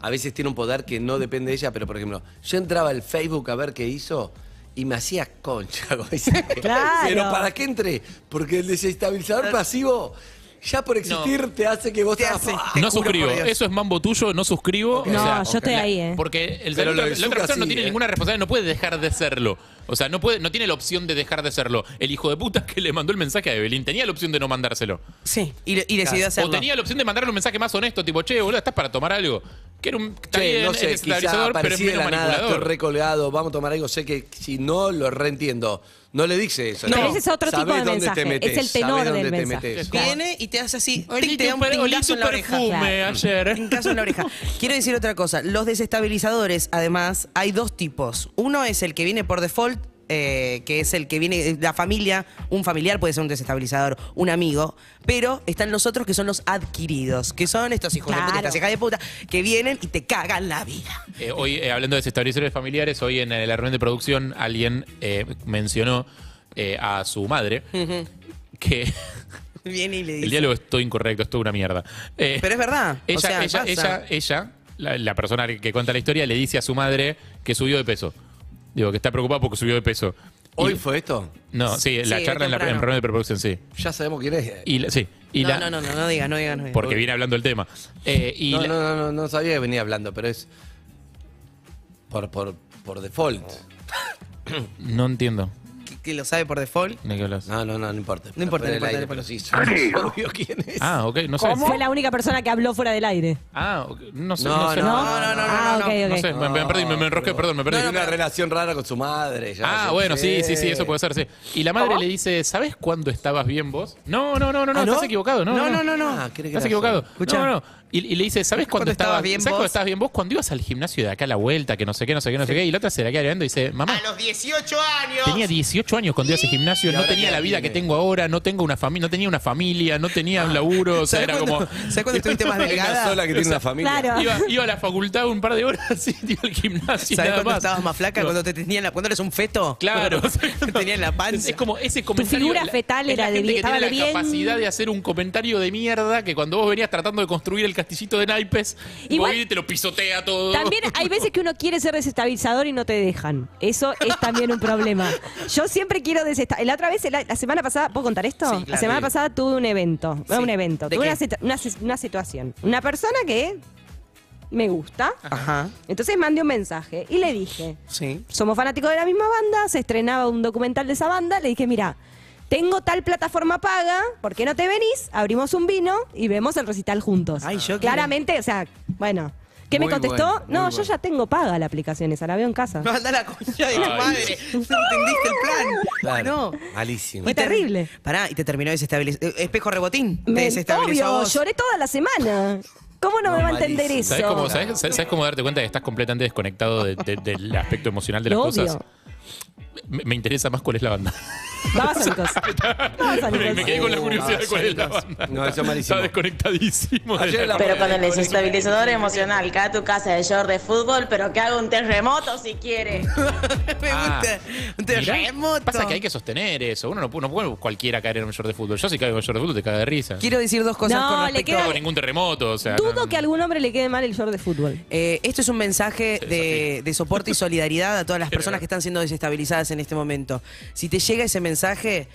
a veces tiene un poder que no depende de ella, pero por ejemplo, yo entraba al Facebook a ver qué hizo y me hacía concha. <laughs> como dice. <laughs> Claro. Pero ¿para qué entré? Porque el desestabilizador pasivo ya por existir te hace que vos Te hagas- hace- ¡Ah! te No juro por suscribo. Dios. Eso es mambo tuyo, no suscribo. No, o sea, yo estoy la- ahí, ¿eh? Porque el, Pero la, lo otra- de la otra Zucca persona no sí, tiene ¿eh? ninguna responsabilidad, no puede dejar de serlo. O sea, no, puede, no tiene la opción de dejar de serlo. El hijo de puta que le mandó el mensaje a Evelyn tenía la opción de no mandárselo. Sí, y, y decidió Claro. O hacerlo. tenía la opción de mandarle un mensaje más honesto, tipo, che, boludo, estás para tomar algo. Que era un. Está Che, bien, no es sé, quizá desestabilizador, pero es aparecí de medio la nada, estoy manipulador. recolgado, vamos a tomar algo. Sé que si no, lo reentiendo. No le dice eso. No, ¿eh? pero ese es otro Sabés tipo de dónde mensaje, te metés, es el tenor sabés dónde del te mensaje. metés. Claro. Viene y te hace así, tic, Olí te da tu un per- olí pingazo tu en la oreja. perfume ayer. Pingazo en la oreja. Quiero decir otra cosa. Los desestabilizadores, además, hay dos tipos. Uno es el que viene por default, eh, que es el que viene eh, la familia. Un familiar puede ser un desestabilizador, un amigo. Pero están los otros que son los adquiridos, que son estos hijos de puta, Claro. estas hijas de puta, que vienen y te cagan la vida. <laughs> Eh, hoy, eh, hablando de desestabilizadores familiares, hoy en eh, la reunión de producción alguien eh, mencionó eh, a su madre <laughs> que Viene y le el dice. diálogo es todo incorrecto, es toda una mierda. Eh, Pero es verdad. ella, o sea, ella, pasa. ella, ella, la, la persona que cuenta la historia, le dice a su madre que subió de peso. Digo, que está preocupada porque subió de peso. ¿Hoy Y- fue esto? No, sí, la Sí, charla en la temprano. en reunión de preproducción, sí. Ya sabemos quién es. Y la- sí. Y no, la- no, no, no, no digas, no digas, no digas. Porque viene hablando el tema. Eh, y no, la- no, no, no, no sabía que venía hablando, pero es por, por, por default. no entiendo. Que- que lo sabe por default. Nicolás. No, no, no, no importa. No importa, Pero no el importa, aire, no pero importa. sí, sí, <laughs> obvio quién es. Ah, ok, no sé. Fue la única persona que habló fuera del aire. Ah, ok, no sé. No, No, sé. no, no, No, no, no, no. Ah, no, ok, no. ok. sé, me, me perdí, me, me enrosqué, perdón, me perdí. Tiene una relación rara con su madre. ya Ah, sé, bueno, sí, sí, sí, eso puede ser, sí. Y la madre le dice, ¿sabes cuándo estabas bien vos? No, no, no, no, no, ¿Ah, no? estás equivocado, no. No, no, no, no. Ah, cree que Estás era equivocado. solo. Escuchá. No, no. Y, y le dice, ¿sabes cuándo estabas bien ¿sabes cuándo estabas bien vos? Cuando ibas al gimnasio de acá a la vuelta, que no sé qué, no sé qué, no sé qué. Y la otra se la queda mirando y dice, mamá. A los 18 años. Tenía 18 18 años cuando iba a ese gimnasio, Y no ahora tenía ya la vida tiene. que tengo ahora, no tengo una familia, no tenía una familia, no tenía un laburo, o sea, <laughs> ¿Sabés era cuándo- como <laughs> ¿Sabes cuándo estuviste más Una delgada? sola que tiene una familia. Claro. Iba, iba a la facultad un par de horas y <laughs> iba al gimnasio. ¿Sabes nada cuándo más. estabas más flaca? No. Cuando te tenían la- cuando eres un feto. Claro. <laughs> <laughs> Te tenían la panza. Es como ese comentario. figura la- fetal es la era de gente bien- que estaba tiene la de bien. capacidad de hacer un comentario de mierda que cuando vos venías tratando de construir el castillito de naipes, Igual- Bobby te lo pisotea todo. También hay veces que uno quiere ser desestabilizador y no te dejan. Eso es también un problema. Yo siempre quiero desestabilizar. La otra vez, la, la semana pasada, ¿puedo contar esto? Sí, claro. la semana Sí. pasada tuve un evento. Sí. Un evento. ¿De Tuve qué? una, situ- una si- una situación. Una persona que me gusta. Ajá. Entonces mandé un mensaje y le dije, Sí. somos fanáticos de la misma banda, se estrenaba un documental de esa banda, le dije, mira, tengo tal plataforma paga, ¿por qué no te venís? Abrimos un vino y vemos el recital juntos. Ay, yo Claramente, o sea, bueno. ¿Qué me Muy contestó? bueno, muy no, yo bueno. ya tengo paga la aplicación esa, la veo en <laughs> casa. Manda la concha de tu Ay. madre. No entendiste el plan. Ah, Claro. No. Malísimo. Fue terrible. Pará, y te terminó desestabilizando. Espejo rebotín. Te Me- desestabilizó a obvio, vos. lloré toda la semana. ¿Cómo no, me va a entender eso? ¿Sabes cómo, sabés- sabés- sabés cómo darte cuenta que estás completamente desconectado de- de- del aspecto emocional de las Lo cosas? obvio. Me, me interesa más cuál es la banda. <laughs> Babasónicos. me, me quedé con la Oh, curiosidad de cuál es la Babasónicos. banda. No, eso es malísimo. Estaba desconectadísimo. de Ayer la- la- Pero con el desestabilizador emocional, cada tu casa de short de fútbol, pero que haga un terremoto <laughs> si quiere. <laughs> Me gusta. Un terremoto. Ah. Pasa que hay que sostener eso. Uno no, pu- no puede cualquiera caer en un short de fútbol. Yo si caigo en un short de fútbol te cago de risa. Quiero decir dos cosas No, con le respecto no queda- hago ningún terremoto. O sea, no- Dudo que a algún hombre le quede mal el short de fútbol. Eh, esto es un mensaje de, de soporte y solidaridad a todas las personas que están siendo desestabilizadas en este momento. Si te llega ese mensaje,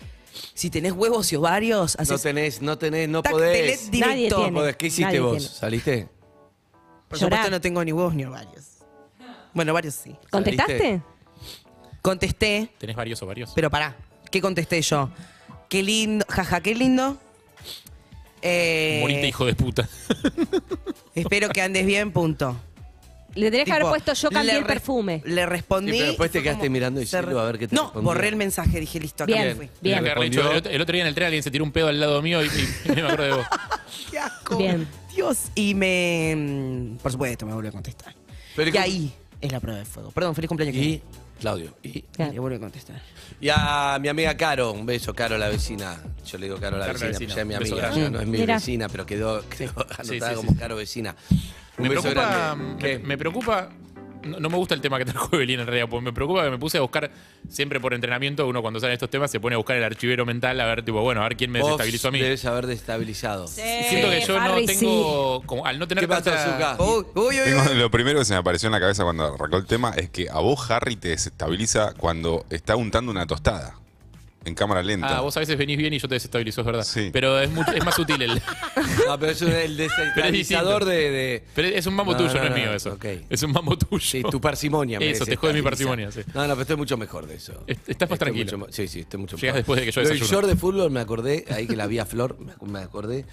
si tenés huevos y ovarios, No haces tenés, no tenés, no Tac, podés. telet directo. Nadie tiene, No podés. ¿Qué hiciste nadie vos? tiene. ¿Saliste? Por Llorar. supuesto no tengo ni huevos ni ovarios. Bueno, varios sí. ¿Contestaste? Contesté, Tenés varios ovarios. pero pará. ¿Qué contesté yo? Qué lindo, jaja, qué lindo. Eh, Moriste, hijo de puta. Espero que andes bien, punto. Le tenés que haber Tipo, puesto yo cambié le el re- perfume. Le respondí. Sí, pero después y te fue quedaste como- mirando el se re- cielo a ver qué te No, respondía. borré el mensaje, dije listo, acá Bien, me fui. <laughs> Tenía bien. que haber dicho, Respondió. el otro- el otro día en el tren alguien se tiró un pedo al lado mío y, y- y me acuerdo de vos. Qué asco. Bien. Dios, y me. mm, Por supuesto, me volvió a contestar. Pero y ¿cómo- ahí es la prueba de fuego. Perdón, feliz cumpleaños. Y Claudio. Y, Kevin. Le volvió a contestar. y a mi amiga Caro, un beso, Caro la vecina. Yo le digo Caro la Caro la vecina, vecina. ya es mi Beso amiga, grande. ya no es mi Mira. vecina, pero quedó, quedó <laughs> anotada Sí, sí, como sí. Caro vecina. Un Me beso preocupa, grande. me, me preocupa. No, no me gusta el tema que trajo Evelyn en realidad, porque me preocupa que me puse a buscar, siempre por entrenamiento, uno cuando sale de estos temas se pone a buscar el archivero mental a ver, tipo, bueno, a ver quién me Vos desestabilizó a mí. Debes haber destabilizado. Y Siento que yo Harry, no Eh, sí. tengo, como, al no tener ¿Qué pasó, tanta... Zucca? Uy, uy, uy, Tengo- uy. lo primero que se me apareció en la cabeza cuando arrancó el tema es que a vos Harry te desestabiliza cuando está untando una tostada en cámara lenta. Ah, vos a veces venís bien y yo te desestabilizo, es verdad. Sí. Pero es, mucho- es más sutil el... <laughs> Ah, pero es un- el desestabilizador Pero de, de- Pero es un mambo No, tuyo, no, no, es no, mío no, eso. ok. Es un mambo tuyo. Sí, tu parsimonia. me Eso, te jode mi desestabiliza. parsimonia, sí. No, no, pero estoy mucho mejor de eso. Est- estás más Estoy tranquilo. mucho ma- sí, sí, estoy mucho Llegas mejor. después de que yo Lo del desayuno. short de fútbol me acordé, ahí que la vi a Flor, me ac- me acordé.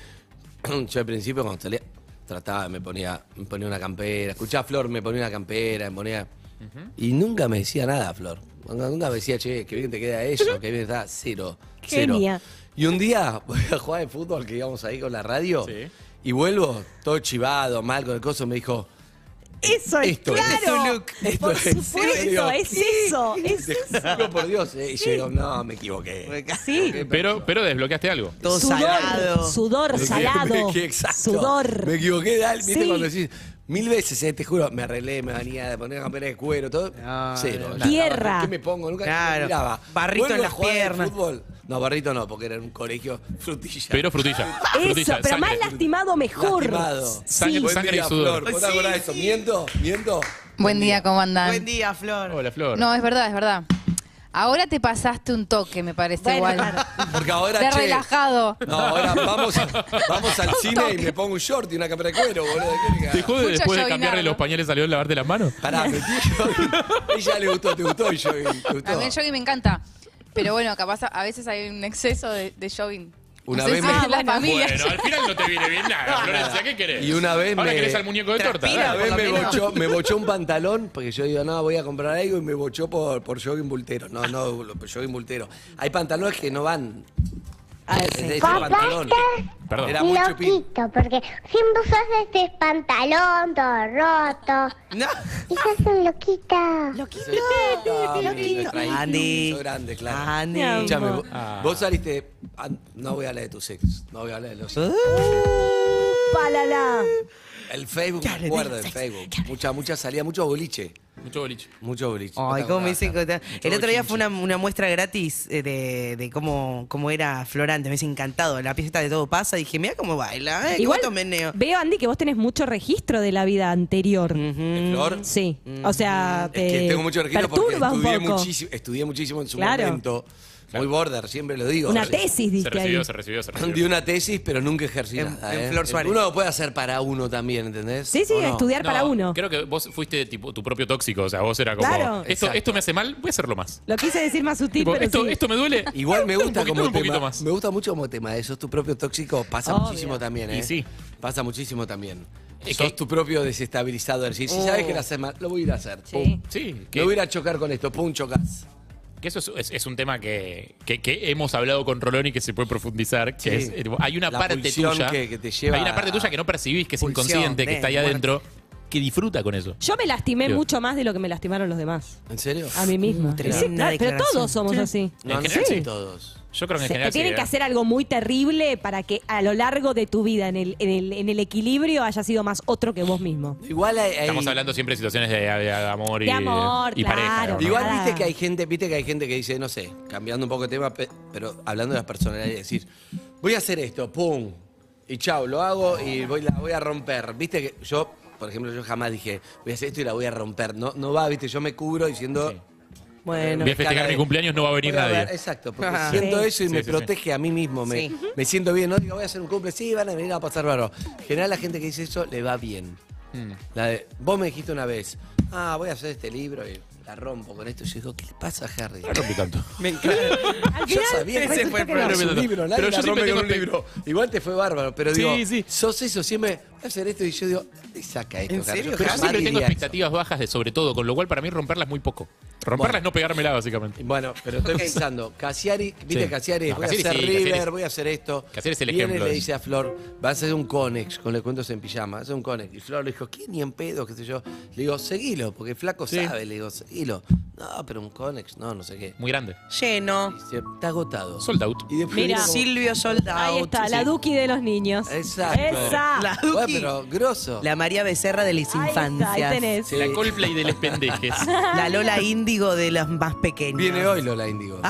<clears throat> Yo al principio cuando salía, trataba, me ponía, me ponía una campera. Escuchaba a Flor, me ponía una campera, me ponía... Y nunca me decía nada, Flor. Nunca nunca me decía, che, qué bien te queda eso, qué bien está, cero. cero. Genia. Y un día voy a jugar de fútbol que íbamos ahí con la radio Sí. y vuelvo todo chivado, mal con el coso, me dijo, Eso es Esto es. Es claro. tu look. Esto Por es. supuesto, es eso, es eso. juro por Dios, eh, y yo digo, no, me equivoqué. Sí. Pero, pero desbloqueaste algo. Todo sudor, salado. sudor salado, Qué exacto. sudor. Me equivoqué, Dal, viste Sí. cuando decís, mil veces, eh, te juro, me arreglé, me venía de poner campera de cuero, todo, No, cero. no, Ya, no. Tierra. ¿Qué me pongo? Nunca Claro. miraba. Barrito Vuelvo en a las jugar al piernas. Fútbol. No, barrito no, porque era en un colegio frutilla. Pero frutilla. Eso, frutilla, pero más sangre. lastimado mejor. Lastimado. pues. Sí. Sangre- Buen sangre día, y sudor. Flor. ¿Vos te acordás de eso? ¿Miento? ¿Miento? Buen día, ¿cómo andan? Buen día, Flor. Hola, Oh, Flor. No, es verdad, es verdad. Ahora te pasaste un toque, me parece Bueno, igual. claro. Porque ahora, De che, relajado. No, ahora vamos, vamos <laughs> al cine y me pongo un short y una campera de cuero, boludo. ¿Qué me ¿Te cagas? jode Mucho después de llovinardo. cambiarle los pañales salió a lavarte las manos? Pará, me <laughs> Ella le gustó, te gustó y yo te gustó. A mí el jogging me encanta. Pero bueno, capaz a, a veces hay un exceso de, de jogging. Una no sé vez si me- es Ah, la familia. Bueno, al final no te viene bien <laughs> nada, Florencia, ¿qué querés? Y una vez Ahora me- querés al muñeco de torta. Transpira, Una dale. vez por lo me menos. bochó, me bochó un <laughs> pantalón, porque yo digo, no, voy a comprar algo y me bochó por, por jogging bultero. No, no, lo- por jogging bultero. Hay pantalones que no van. Ah, Ese- ese Papá, pantalón. Perdón. Era muy chupín. Loquito, porque siempre usas este pantalón todo roto. No. Y sos un loquita. Loquita. Ah, Nuestra íntimo, beso grande, claro. Andy. Escuchame, vos, Ah. vos saliste. ah, no voy a hablar de tus ex. No voy a hablar de los ex. Palala. El Facebook, me acuerdo del Facebook. Mucha, mucha salida, mucho boliche. Mucho boliche. Mucho boliche. Ay, Otra cómo me dicen cosa. que- El otro día fue una, una muestra gratis eh, de, de cómo, cómo era Florante. Me hice encantado. La pieza de todo pasa. Dije, mira cómo baila. eh, Igual cuánto meneo. veo, Andy, que vos tenés mucho registro de la vida anterior. Flor? Mm, Sí. O sea, te Que tengo mucho registro porque perturba un estudié poco. muchísimo, estudié muchísimo en su Claro. momento. Muy border, siempre lo digo. Una Sí. tesis, diste ahí. recibió, se Di una tesis, pero nunca ejercí nada, en ¿eh? Flor Suárez. Uno lo puede hacer para uno también, ¿entendés? Sí, sí, ¿O no? estudiar para uno. Creo que vos fuiste tipo, tu propio tóxico. O sea, vos era como. Claro. Esto, esto me hace mal, voy a hacerlo más. Lo quise decir más sutil, Tipo, pero esto, sí. esto me duele. Igual me gusta Un poquito, como un poquito tema- más. Me gusta mucho como tema eso. Sos tu propio tóxico. Pasa Obvio. muchísimo también, ¿eh? Y sí. Pasa muchísimo también. Es Sos que- tu propio desestabilizador. Si, si Oh. sabes que lo haces mal, lo voy a ir a hacer. Sí. Pum. Sí, que- Lo voy a ir a chocar con esto. Pum, chocas. Que eso es, es- es un tema que, que- que hemos hablado con Rolón y que se puede profundizar. que Sí. es, eh, tipo, hay una La parte pulsión tuya. que- que te lleva hay una parte a- tuya que no percibís, que es Pulsión, inconsciente, que de está ahí muerte. adentro, que disfruta con eso. Yo me lastimé Dios. mucho más de lo que me lastimaron los demás. ¿En serio? A mí misma. Mm, Sí, tremenda claro, pero declaración. todos somos Sí. así. En no, general, sí. sí. todos. Yo creo que en Se- general. te tienen sí, que ¿eh? hacer algo muy terrible para que a lo largo de tu vida, en el, en el, en el equilibrio, haya sido más otro que vos mismo. Igual hay- hay- Estamos hablando siempre de situaciones de, de amor y, De amor, y pareja. claro. ¿no? Igual nada. viste que hay gente, viste que hay gente que dice, no sé, cambiando un poco de tema, pe- pero hablando de las personalidades, decir, voy a hacer esto, pum, y chao, lo hago y voy, la voy a romper. Viste que yo, por ejemplo, yo jamás dije, voy a hacer esto y la voy a romper. No, no va, viste, yo me cubro diciendo. Bueno. Voy a festejar Cara mi de- cumpleaños, no va a venir voy a nadie. ver, exacto, porque Ajá. siento Sí. eso y Sí, me sí, sí. protege a mí mismo, me, Sí. me siento bien, no digo voy a hacer un cumple, sí, van a venir a pasar bárbaro. En general la gente que dice eso le va bien. Mm. La de, vos me dijiste una vez, ah, voy a hacer este libro y la rompo con esto. Y yo digo, ¿qué le pasa a Harry? rompí tanto. Me encanta. yo sabía que ese fue el que era problema. un libro, nadie Pero la yo siempre rompe con tengo un espe- libro. Igual te fue bárbaro, pero Sí, digo, sos eso, siempre voy a hacer esto y yo digo, te saca esto, ¿En Harry. serio? Yo Pero yo jamás siempre tengo diría eso. expectativas bajas de sobre todo, con lo cual para mí romperla es muy poco. Romperla es no pegármela, básicamente. Bueno, pero estoy pensando, Casiari, viste Sí. Casiari, No, voy Cassiari a hacer sí, River, Cassiari. voy a hacer esto. Cassiari es el Viene ejemplo y de le eso. dice a Flor, vas a hacer un conex con los cuentos en pijama, hace un conex. Y Flor le dijo, ¿qué ni en pedo? qué sé yo. Le digo, seguilo, porque el flaco sabe, le digo, seguilo. No, pero un conex, no, no sé qué. Muy grande. Lleno. Y se- está agotado. Sold out. Y después Mira. viene como- Silvio Soldado. Ahí está, la Duki de los niños. Exacto. Esa. La Bueno, Duki. pero grosso. La María Becerra de las Ahí está, infancias. ahí tenés. Sí. La Coldplay de les <laughs> pendejes. La Lola Índigo de los más pequeños. Viene hoy Lola Indigo.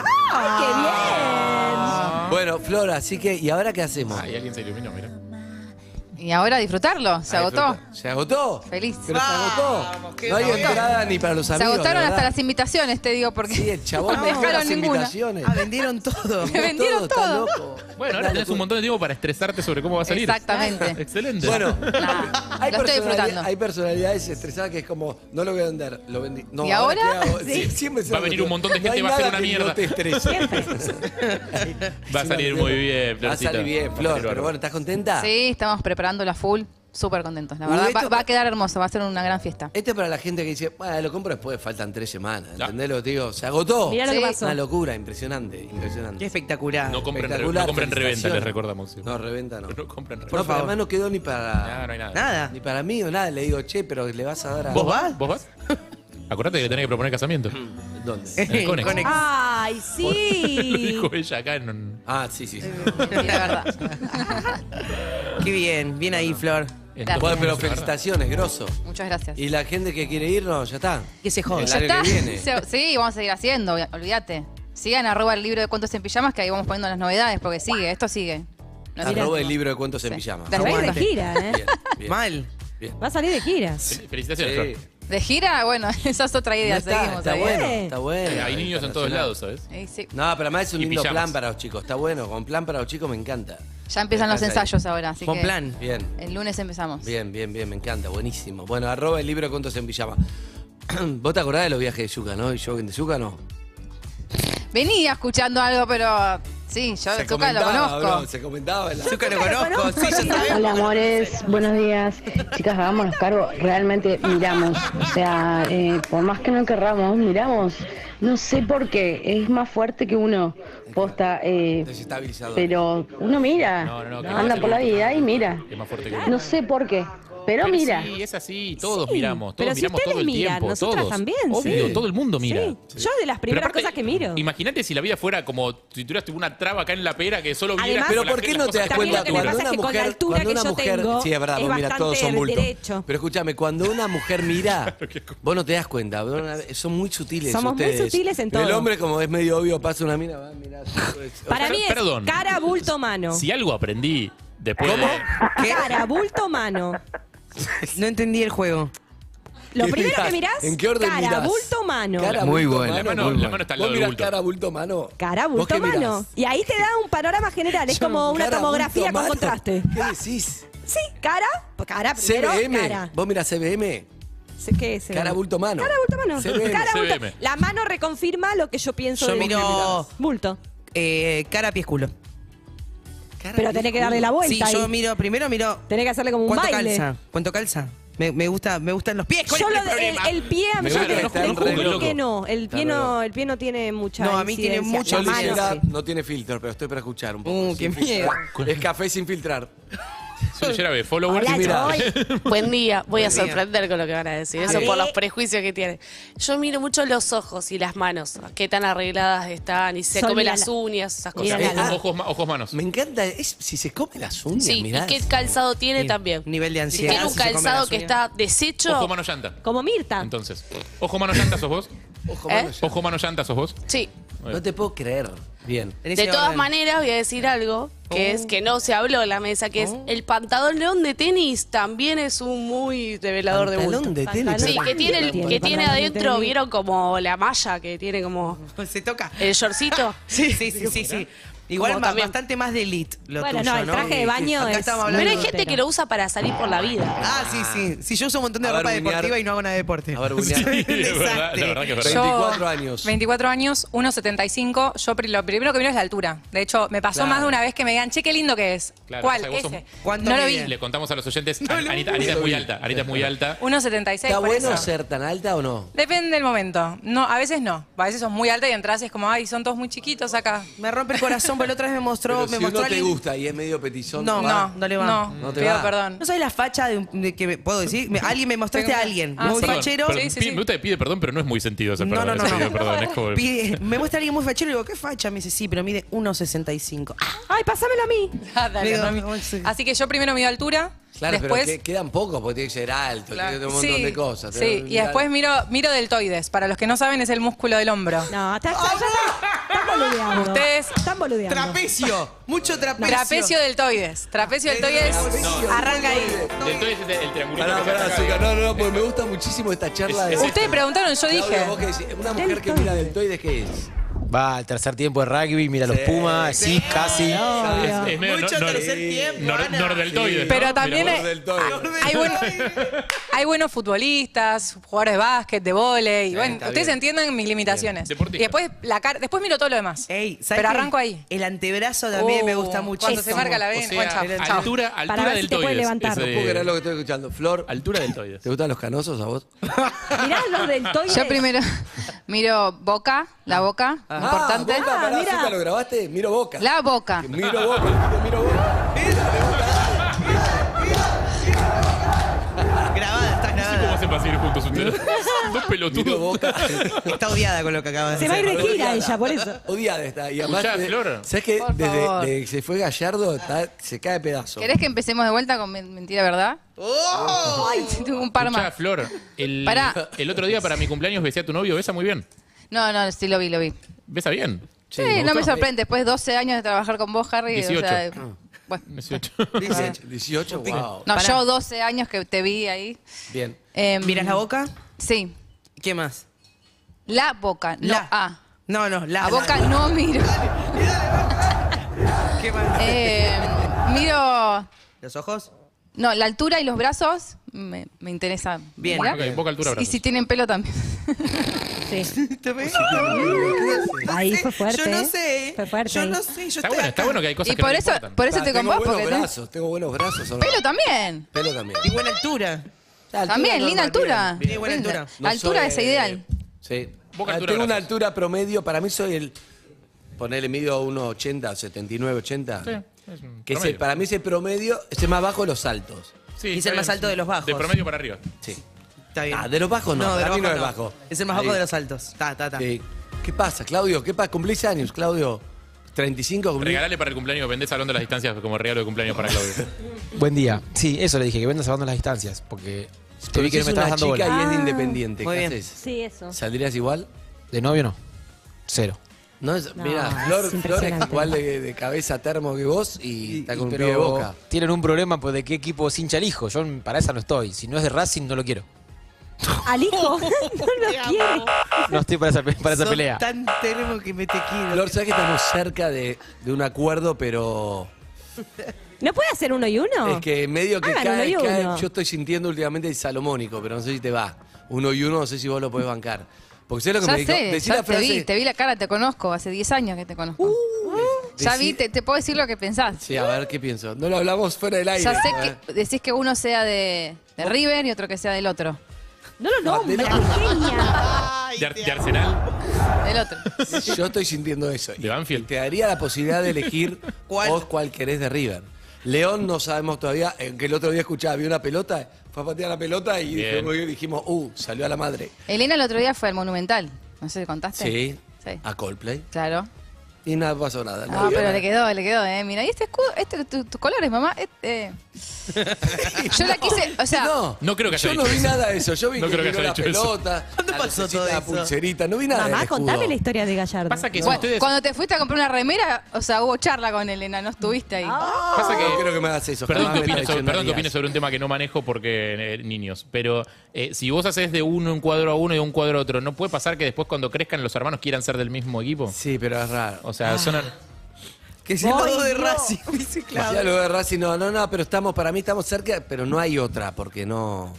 Bueno, Flor, así que, ¿y ahora qué hacemos? Ay, alguien se iluminó, mira. Y ahora disfrutarlo, se Ay, agotó. fruta. ¿Se agotó? Feliz. Pero se agotó. qué No hay bueno. entrada ni para los Se amigos. agotaron de hasta verdad. las invitaciones, te digo, porque <laughs> Sí, el chabón no dejó dejaron las ninguna. invitaciones. Ah, vendieron todo. Me vendieron está todo. <laughs> loco. Bueno, ahora tenés un montón de tiempo para estresarte sobre cómo va a salir. Exactamente. Excelente. Bueno, hay, lo estoy personalidades- disfrutando. hay personalidades estresadas que es como, no lo voy a vender, lo vendí. No, ¿Y ahora? qué hago? Sí. Sí, siempre se Va a venir agotó. un montón de No gente, hay va a ser nada una que mierda. No te estrese. <laughs> Va a salir muy bien, Va a Florcita. salir bien, Va a salir Flor. Pero bárbaro. bueno, ¿estás contenta? Sí, estamos preparándola full. Súper contentos, la Y verdad. esto- Va, va a quedar hermoso, va a ser una gran <laughs> fiesta. Este es para la gente que dice, bueno, lo compro después, faltan tres semanas. ¿Entendés lo que te digo? Se agotó. Mirá lo que Sí. pasó. Oh. Una locura, impresionante, impresionante. Qué espectacular. No compren, re- Espectacular, no compren reventa, les felicitaciones. recordamos. sí. No, reventa no. No compren reventa. no, pero además no quedó ni para. Nada, no hay nada. Nada. <laughs> Ni para mí o nada. Le digo, che, pero le vas a dar a. ¿Vos vas? ¿Vos vas? <laughs> Acordate que le tenés que proponer casamiento. ¿Dónde? En el Conex. Conex. Ah. Ay, <laughs> Lo sí. dijo ella acá en un- Ah, sí, sí. sí. Sí, de verdad. Qué bien, bien ahí, Flor. Entonces, Bueno, pero es verdad. felicitaciones, grosso. Muchas gracias. Y la gente que quiere irnos, ya está. Que se joda. El Ya año está. que <laughs> viene. Se- Sí, vamos a seguir haciendo, obvia- olvídate. Sigan arroba el libro de cuentos en pijamas que ahí vamos poniendo las novedades, porque sigue, esto sigue. No es Arroba el el último. libro de cuentos en Sí. pijama. ¿De, Va a salir de este. gira? gira, ¿eh? Bien, bien. Mal. Va a salir de giras. Fel- Felicitaciones, Flor. Sí. ¿De gira? Bueno, <laughs> esa es otra No idea, está, seguimos. ¿eh? está ahí. bueno, está bueno. Hay niños en todos lados, ¿sabes? Eh, sí. No, pero además es un Y lindo pijamas. plan para los chicos. Está bueno, con plan para los chicos me encanta. Ya empiezan los Estás ahí. ensayos ahora, así Con que plan. Bien. el lunes empezamos. Bien, bien, bien, me encanta, buenísimo. Bueno, arroba el libro de Cuentos en Pijama. <clears throat> Vos te acordás de los viajes de Yuka, ¿no? ¿Y jogging de Yuka, no? Venía escuchando algo, pero sí, yo se Zucca lo comentaba, conozco. bro, se comentaba. en la- Azúcar lo conozco, sí, ya sabemos. Hola amores, buenos días. Chicas, hagámonos cargo, realmente miramos. O sea, eh, por más que no querramos, miramos. No sé por qué, es más fuerte que uno. Posta, eh, Desestabilizador. pero uno Ah. mira, No, no, no, que anda no, por la vida y mira. Es más fuerte que uno. No sé por qué, pero, Pero mira. Sí, es así, todos Sí, miramos, todos pero si miramos ustedes todo el miran, tiempo, nosotras todos. también, Obvio, sí. todo el mundo mira. Sí. Yo de las primeras aparte- cosas que miro. Imagínate si la vida fuera como si tuvieras tipo, una traba acá en la pera que solo vieras Además, como Pero las- ¿por qué las no te cosas das que- cuenta las cuando cosas una que- con la altura cuando que una yo mujer, tengo, sí, es verdad, es vos mira, todos son bastante bultos. derecho. Pero escúchame, cuando una mujer <laughs> mira, vos no te das cuenta, bro, una- son muy sutiles Somos muy ustedes. sutiles en El todo. hombre como es medio obvio, pasa una mina, va, pues, mira. Para mí es Perdón. cara, bulto, mano. Ah, Si algo aprendí después de- Cara, <laughs> bulto, mano. No entendí el juego. <laughs> Lo primero que mirás, cara, bulto, mano. La mano, la mano está al lado del bulto. cara, bulto, mano. Cara, ¿Vos qué bulto, mano. mirás? Y ahí te da un panorama general, es como una Cara, tomografía bulto, con mano. contraste. ¿Qué decís? Sí, cara, cara primero, CBM. cara. ¿Vos mirás CBM? ¿Qué es? Cara, bulto, mano. Cara, bulto, mano. CBM. Cara, bulto. CBM. La mano reconfirma lo que yo pienso Yo de miro. eh, Bulto. cara, pies, culo. Pero tenés que darle la vuelta. Sí, yo ahí. miro, primero miro. Tenés que hacerle como un ¿Cuánto baile. calza? ¿Cuánto calza? Me, me gusta, me gustan los pies. ¿cuál Yo es lo el de- el, problema? el pie a mí Me yo gusta, te- no te juro, juro loco. que no, el Está pie re no, loco. el pie no tiene mucha No, a mí tiene incidencia. mucha La Yo mano, ligera, sí. no tiene filtro, pero estoy para escuchar un poco. sin Uh, qué filtrar. <laughs> miedo. Es café sin filtrar. Solo era de followers. Hola, y mira, <laughs> Buen día, voy a Buen día. sorprender con lo que van a decir, eso ver. por los prejuicios que tienen. Yo miro mucho los ojos y las manos, qué tan arregladas están, y se Sol, come mírala. las uñas, esas o sea, cosas. ojos, ojos, ma- ojos, manos. Me encanta, es, si se come las uñas, Sí, y mirá. qué calzado tiene también. Nivel de Si ansiedad. tiene un si se come calzado las que uñas. está deshecho, Ojo, mano, llanta. Como Mirta. Entonces, ojo, mano, llanta, sos vos. Ojo, mano, ¿Eh? Ojo, mano, llanta, sos vos. sí. No te puedo creer. Bien. De todas maneras, voy a decir algo que Oh. es que no se habló en la mesa, que es el pantalón león de tenis también es un muy revelador de Pantalón bulto. de tenis, Sí, pero que ¿por tiene, qué el- tiene que tiene pantalón de adentro, tenis? vieron como la malla que tiene como <laughs> se toca el shortcito. <laughs> Sí, sí, sí, sí. sí. Igual Como más- también. bastante más de elite lo Bueno, tuyo, no, el traje de baño Acá es estábamos muy hablando Pero hay gente que lo usa para salir por la vida. Ah, sí, sí. Si yo uso un montón de A ver, ropa buñar. deportiva y no hago nada de deporte. A ver, Buñar. Sí, un Es verdad, desastre. la verdad que es verdad. Yo- 24 años. 24 años, 1,75. Yo pri- lo primero que miro es la altura. De hecho, me pasó Claro. más de una vez que me digan, che, qué lindo que es. Claro, ¿Cuál? o sea, vos sos- Ese. No lo vi. Le contamos a los oyentes, Anita, Anita es muy alta, Anita es muy alta. 1,76. ¿Está por bueno eso. ser tan alta o no? Depende del momento. No, a veces no. A veces sos muy alta y entras y es como, ay, son todos muy chiquitos acá. Me rompe el corazón, pero la otra vez me mostró, Pero me si mostró uno te alguien- gusta y es medio petizón, No, ¿te va? no, no le va. No, No te pido va. perdón. No sabes la facha de, un- de que me- puedo decir. Me- alguien me mostraste a alguien. Ah, muy sí. fachero. Perdón, pide- Me gusta que pide perdón, pero no es muy sentido ese No, perdón. no, ese no, no. pedido de perdón, es como- Pide- me muestra alguien muy fachero y digo, ¿qué facha? Me dice, sí, pero mide 1,65. Ah, Ay, pasámelo a mí. Ah, <laughs> dale, Digo, Rami. Así que yo primero mido altura. Claro, después, pero que- quedan pocos porque tiene que ser alto, Claro. tiene que tener un montón Sí, de cosas. Sí, Tiene que y después mirar- miro, miro deltoides. Para los que no saben, es el músculo del hombro. No, está, está, ya está- están boludeando. Ustedes- están boludeando. trapecio. Mucho trapecio. Trapecio deltoides. Trapecio deltoides Trapecio arranca ahí. Entonces el, el triangulito. Pará, que pará, saca Zucca, acá. no, no, no, porque me gusta muchísimo esta charla. Es- este. de- es- Ustedes preguntaron, yo Claudio, dije. vos qué decís, una mujer que mira deltoides, ¿qué es? Ah, Va al tercer tiempo de rugby, mira los Pumas, sí, casi. Es- es medio Mucho nor- tercer nor- tiempo, nor- Ana. nordeltoide, ¿no? Pero también Mira, es- Deltoides. Hay, buen- hay bulos futbolistas, jugadores de básquet, de vóley. Sí, bueno, está ustedes bien. entienden mis limitaciones. Deportista. Y después la cara, después miro todo lo demás. Ey, ¿sabes pero qué? arranco ahí. El antebrazo también me gusta Oh, mucho. Cuando se marca la O vena. sea, bueno, chao, chao. altura, Para altura ver si te puede deltoides. levantar. Ese- No puedo creer lo que estoy escuchando. Flor, Altura deltoides. <laughs> ¿te gustan los canosos a vos? Ah, Mirá los deltoides. Yo primero <laughs> miro boca, la boca, importante. Ah, boca, pará, mira. Zucca, ¿lo grabaste? Miro boca. La boca. Miro boca, miro boca. Grabada, está No sé cómo grabada. se va a seguir <laughs> juntos ustedes. Dos Miro pelotudos. <laughs> boca. Está odiada con lo que acabas de Se va a hacer. ir de gira ella, por eso. Odiada está. Y además, Escuchá, de- Flor. ¿sabes que Por desde, favor. desde que se fue Gallardo está- se cae de pedazo? ¿Querés que empecemos de vuelta con men- mentira, verdad? Ay, <laughs> tengo un par Escuchá, más. Flor, el, Pará. el otro día para mi cumpleaños besé a tu novio, besa muy bien. No, no, sí lo vi, lo vi. Besa bien. Sí, ¿te no me gustó? sorprende. Después de 12 años de trabajar con vos, Harry. o 18. sea, eh, bueno. 18. <laughs> 18, 18, wow. No, yo 12 años que te vi ahí. Bien. Em, ¿Miras la boca? Sí. ¿Qué más? La boca, no La. A. No, no, la. A boca la- no miro. ¿Qué más? Em, miro. ¿Los ojos? No, la altura y los brazos me, me interesa. Bien. mirar. Ok, boca, altura, Y brazos. si tienen pelo también. <laughs> Sí. ¿Te ves? Ahí fue fuerte. Yo no ¿eh? sé. Fue fuerte. Yo ahí. no sé. Yo Está estoy bueno, acá. está bueno que hay cosas y que por no eso, importan. por eso Ah, estoy con tengo vos, buenos porque tenés- brazos, tengo buenos brazos. son- Pelo también. Pelo también. Y buena altura. También, linda altura. Tiene buena altura. altura es ideal. Sí. Boca Ah, altura tengo una brazos. altura promedio, para mí soy el. Ponele mido 1,80, 79, 80. Sí, es un que ese- promedio. para mí ese promedio es el más bajo de los altos. Sí, Y es está el más bien, alto de los bajos. De promedio para arriba. Sí. Está bien. Ah, de los bajos no, de para los mí no bajos es bajo. Es el más bajo Sí. de los altos. Ta, ta, ta. Eh, ¿Qué pasa, Claudio? ¿Qué pasa? ¿Cumplís años, Claudio? ¿35 cumplís? Regalale para el cumpleaños, vendés hablando de las distancias como regalo de cumpleaños para Claudio. Buen día. Sí, eso le dije, que vendas salvando las distancias, porque te vi que no Conocés me estabas una dando chica bola. y es de independiente. Muy ¿Qué bien. haces? Sí, eso. ¿Saldrías igual? ¿De novio no? Cero. No, es, No, es mira, Flor, Flor es impresionante. igual de, de cabeza termo que vos y, está con un pibe de Pero boca. tienen un problema pues, de qué equipo es hincha el hijo. Yo para esa no estoy. Si no es de Racing, no lo quiero. <laughs> Al hijo. <laughs> no lo quiero. No estoy para esa, pe- para esa Sos pelea. tan termo que me te quiero. Flor, ¿sabés que estamos cerca de, de un acuerdo, pero ¿No puede hacer uno y uno? es que medio que Hagan cae, uno y cae- uno. Yo estoy sintiendo últimamente el salomónico, pero no sé si te va. Uno y uno, no sé si vos lo podés bancar. Porque sé lo que Ya me dijo. sé, Decí ya la te frase. Uh, vi, te vi la cara, te conozco, hace 10 años que te conozco. ya decí- vi, te, te puedo decir lo que pensás. Sí, a ver qué pienso. No lo hablamos fuera del aire. ¿eh? ya a ver. sé que decís que uno sea de, de River y otro que sea del otro. No lo nombres, <laughs> De, Ar- de Arsenal, Del otro. <laughs> Yo estoy sintiendo eso. de Banfield. Te daría la posibilidad de elegir vos cuál querés de River. León no sabemos todavía, eh, que el otro día escuchaba, vi una pelota, fue a patear la pelota y Bien. dijimos, dijimos, uh, salió a la madre. Elena el otro día fue al Monumental. No sé si contaste. Sí, Ah. Sí. a Coldplay. Claro. Y nada pasó nada. no Ah, había pero nada. le quedó, le quedó, eh. Mira, y este escudo, este, tu- tus colores, mamá. <laughs> este, eh. Yo la quise, o sea, No, No creo que haya yo no dicho vi eso. nada de eso. Yo vi No que creo que tiró haya la dicho eso. pelota, la pasó lucecita, todo la eso? pulserita, no vi nada. del Mamá, escudo. contame la historia de Gallardo. Pasa que si bueno, ustedes. cuando te fuiste a comprar una remera, o sea, hubo charla con Elena, no estuviste ahí. Ah. Pasa que- No quiero que me hagas eso. Perdón jamás que, me opine sobre, perdón que traicionarías. opine sobre un tema que no manejo porque eh, niños, pero eh, si vos haces de uno un cuadro a uno y de un cuadro a otro, ¿no puede pasar que después cuando crezcan los hermanos quieran ser del mismo equipo? Sí, pero es raro. O sea, son... Que si los dos de <laughs> Racing, dice Hacía Claudio. lo de Racing, no, no, no, pero estamos, para mí estamos cerca, pero no hay otra, porque no,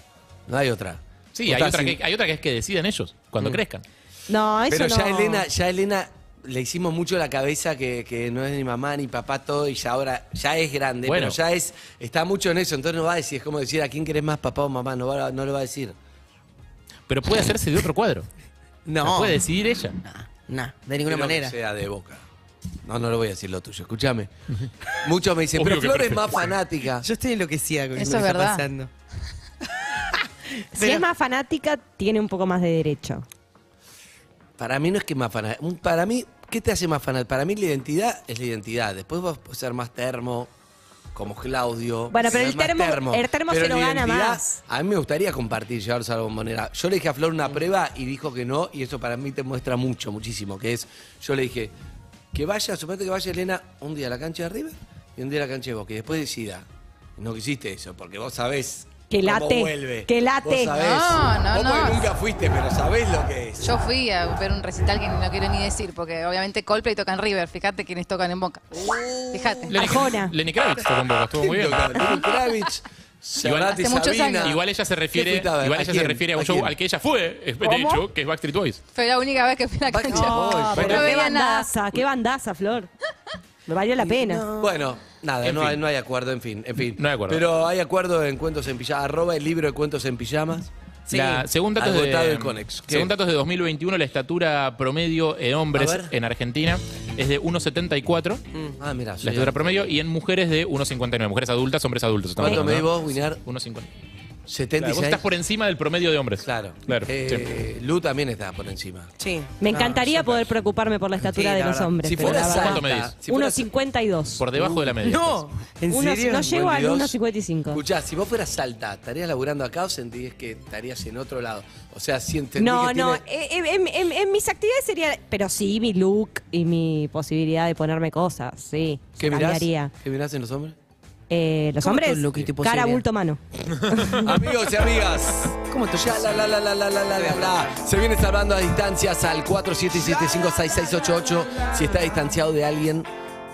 no hay otra. Sí, O hay sea, otra, si- Mm. que, hay otra que es que deciden ellos cuando crezcan. No, eso Pero no. ya Elena, ya Elena le hicimos mucho la cabeza que, que no es ni mamá ni papá todo y ya ahora ya es grande, Bueno. pero ya es, está mucho en eso, entonces no va a decir, es como decir a quién querés más papá o mamá, no, va- no lo va a decir. Pero puede hacerse de otro cuadro. No. Lo puede decidir ella. Nah, de Quiero ninguna que manera. sea de boca. No, no lo voy a decir lo tuyo, escúchame. Muchos me dicen, Obvio pero que Flor es prefiero. más fanática. Yo estoy enloquecida Eso con lo que es está verdad. pasando. Si Pero- es más fanática, tiene un poco más de derecho. Para mí no es que más fanática. Para mí, ¿qué te hace más fanática? Para mí la identidad es la identidad. Después vas a ser más termo, como Claudio. Bueno, pero ser el más termo- el termo se Pero lo la gana identidad, más. A mí me gustaría compartir, llevarse a la bombonera. Yo le dije a Flor una prueba y dijo que no, y eso para mí te muestra mucho, muchísimo, que es, yo le dije, que vaya, suponete que vaya Elena un día a la cancha de River y un día a la cancha de Boca, y después decida. No quisiste eso, porque vos sabés Que cómo late, vuelve. que late. Vos sabés. No, no, Vos porque no. nunca fuiste, pero sabés lo que es. Yo fui a ver un recital que no quiero ni decir, porque obviamente Coldplay toca en River, fíjate quiénes tocan en Boca. Fíjate. Lenny, Arjona. Lenny Kravitz tocó en Boca, estuvo muy bien. Doctor <laughs> Lenny Kravitz, Cerati, Ah. Hace muchos Sabina. años. Igual ella se refiere, ¿Qué fuiste a ver? igual ¿A ella se quién? refiere a un ¿A show quién? al que ella fue, es- de hecho, que es Backstreet Boys. Fue la única vez que fui a la Backstreet cancha. Boys. No, Bueno, Oh, pero qué veía nada. bandaza, qué bandaza, Flor. Me valió la pena. Bueno, nada, En no fin. hay, no hay acuerdo, en fin, en fin. No hay acuerdo. Pero hay acuerdo en Cuentos en Pijamas, arroba el libro de Cuentos en Pijamas. La, según, datos de, Agotado el Conex. ¿Qué? según datos de 2021, la estatura promedio en hombres A ver. en Argentina es de 1,74. Ah, mira, La estatura promedio y en mujeres de 1,59. Mujeres adultas, hombres adultos. estamos ¿Cuánto medís hablando, vos, Winar? ¿no? 1,50. Claro, 76. vos estás por encima del promedio de hombres. Claro. Claro. sí. Eh, Lu también está por encima. Sí. Me encantaría poder preocuparme por la estatura Sí, de la los verdad. hombres. Si pero fuera la verdad- ¿Cuánto medís? Santa, si fuera 1.52. Por debajo de la media. No, en Uno- serio. No llego al 52. 1.55. Escuchá, si vos fueras Salta, ¿estarías laburando acá o sentís que estarías en otro lado? O sea, si entendís No, que no, tiene- eh, eh, en, en- en mis actividades sería, pero sí, mi look y mi posibilidad de ponerme cosas, sí, ¿Qué mirás? cambiaría. ¿Qué mirás en los hombres? Eh, los ¿Cómo hombres, tu look y tu cara, posibilidad? bulto, mano. Amigos y amigas, ¿cómo te ya la la la la la la la la la. Se viene salvando a distancias al 47756688. Si está distanciado de alguien,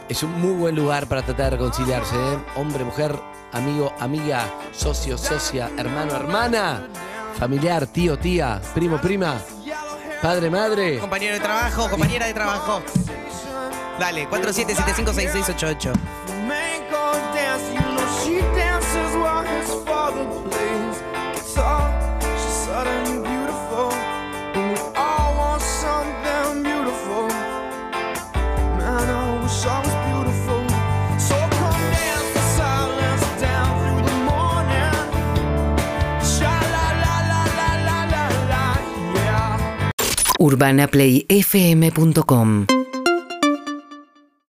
es un muy buen lugar para tratar de reconciliarse. ¿eh? Hombre, mujer, amigo, amiga, socio, socia, hermano, hermana, familiar, tío, tía, primo, prima, padre, madre. Compañero de trabajo, compañera de trabajo. Dale, 47756688. Sudden beautiful, and we all want UrbanaPlayFM.com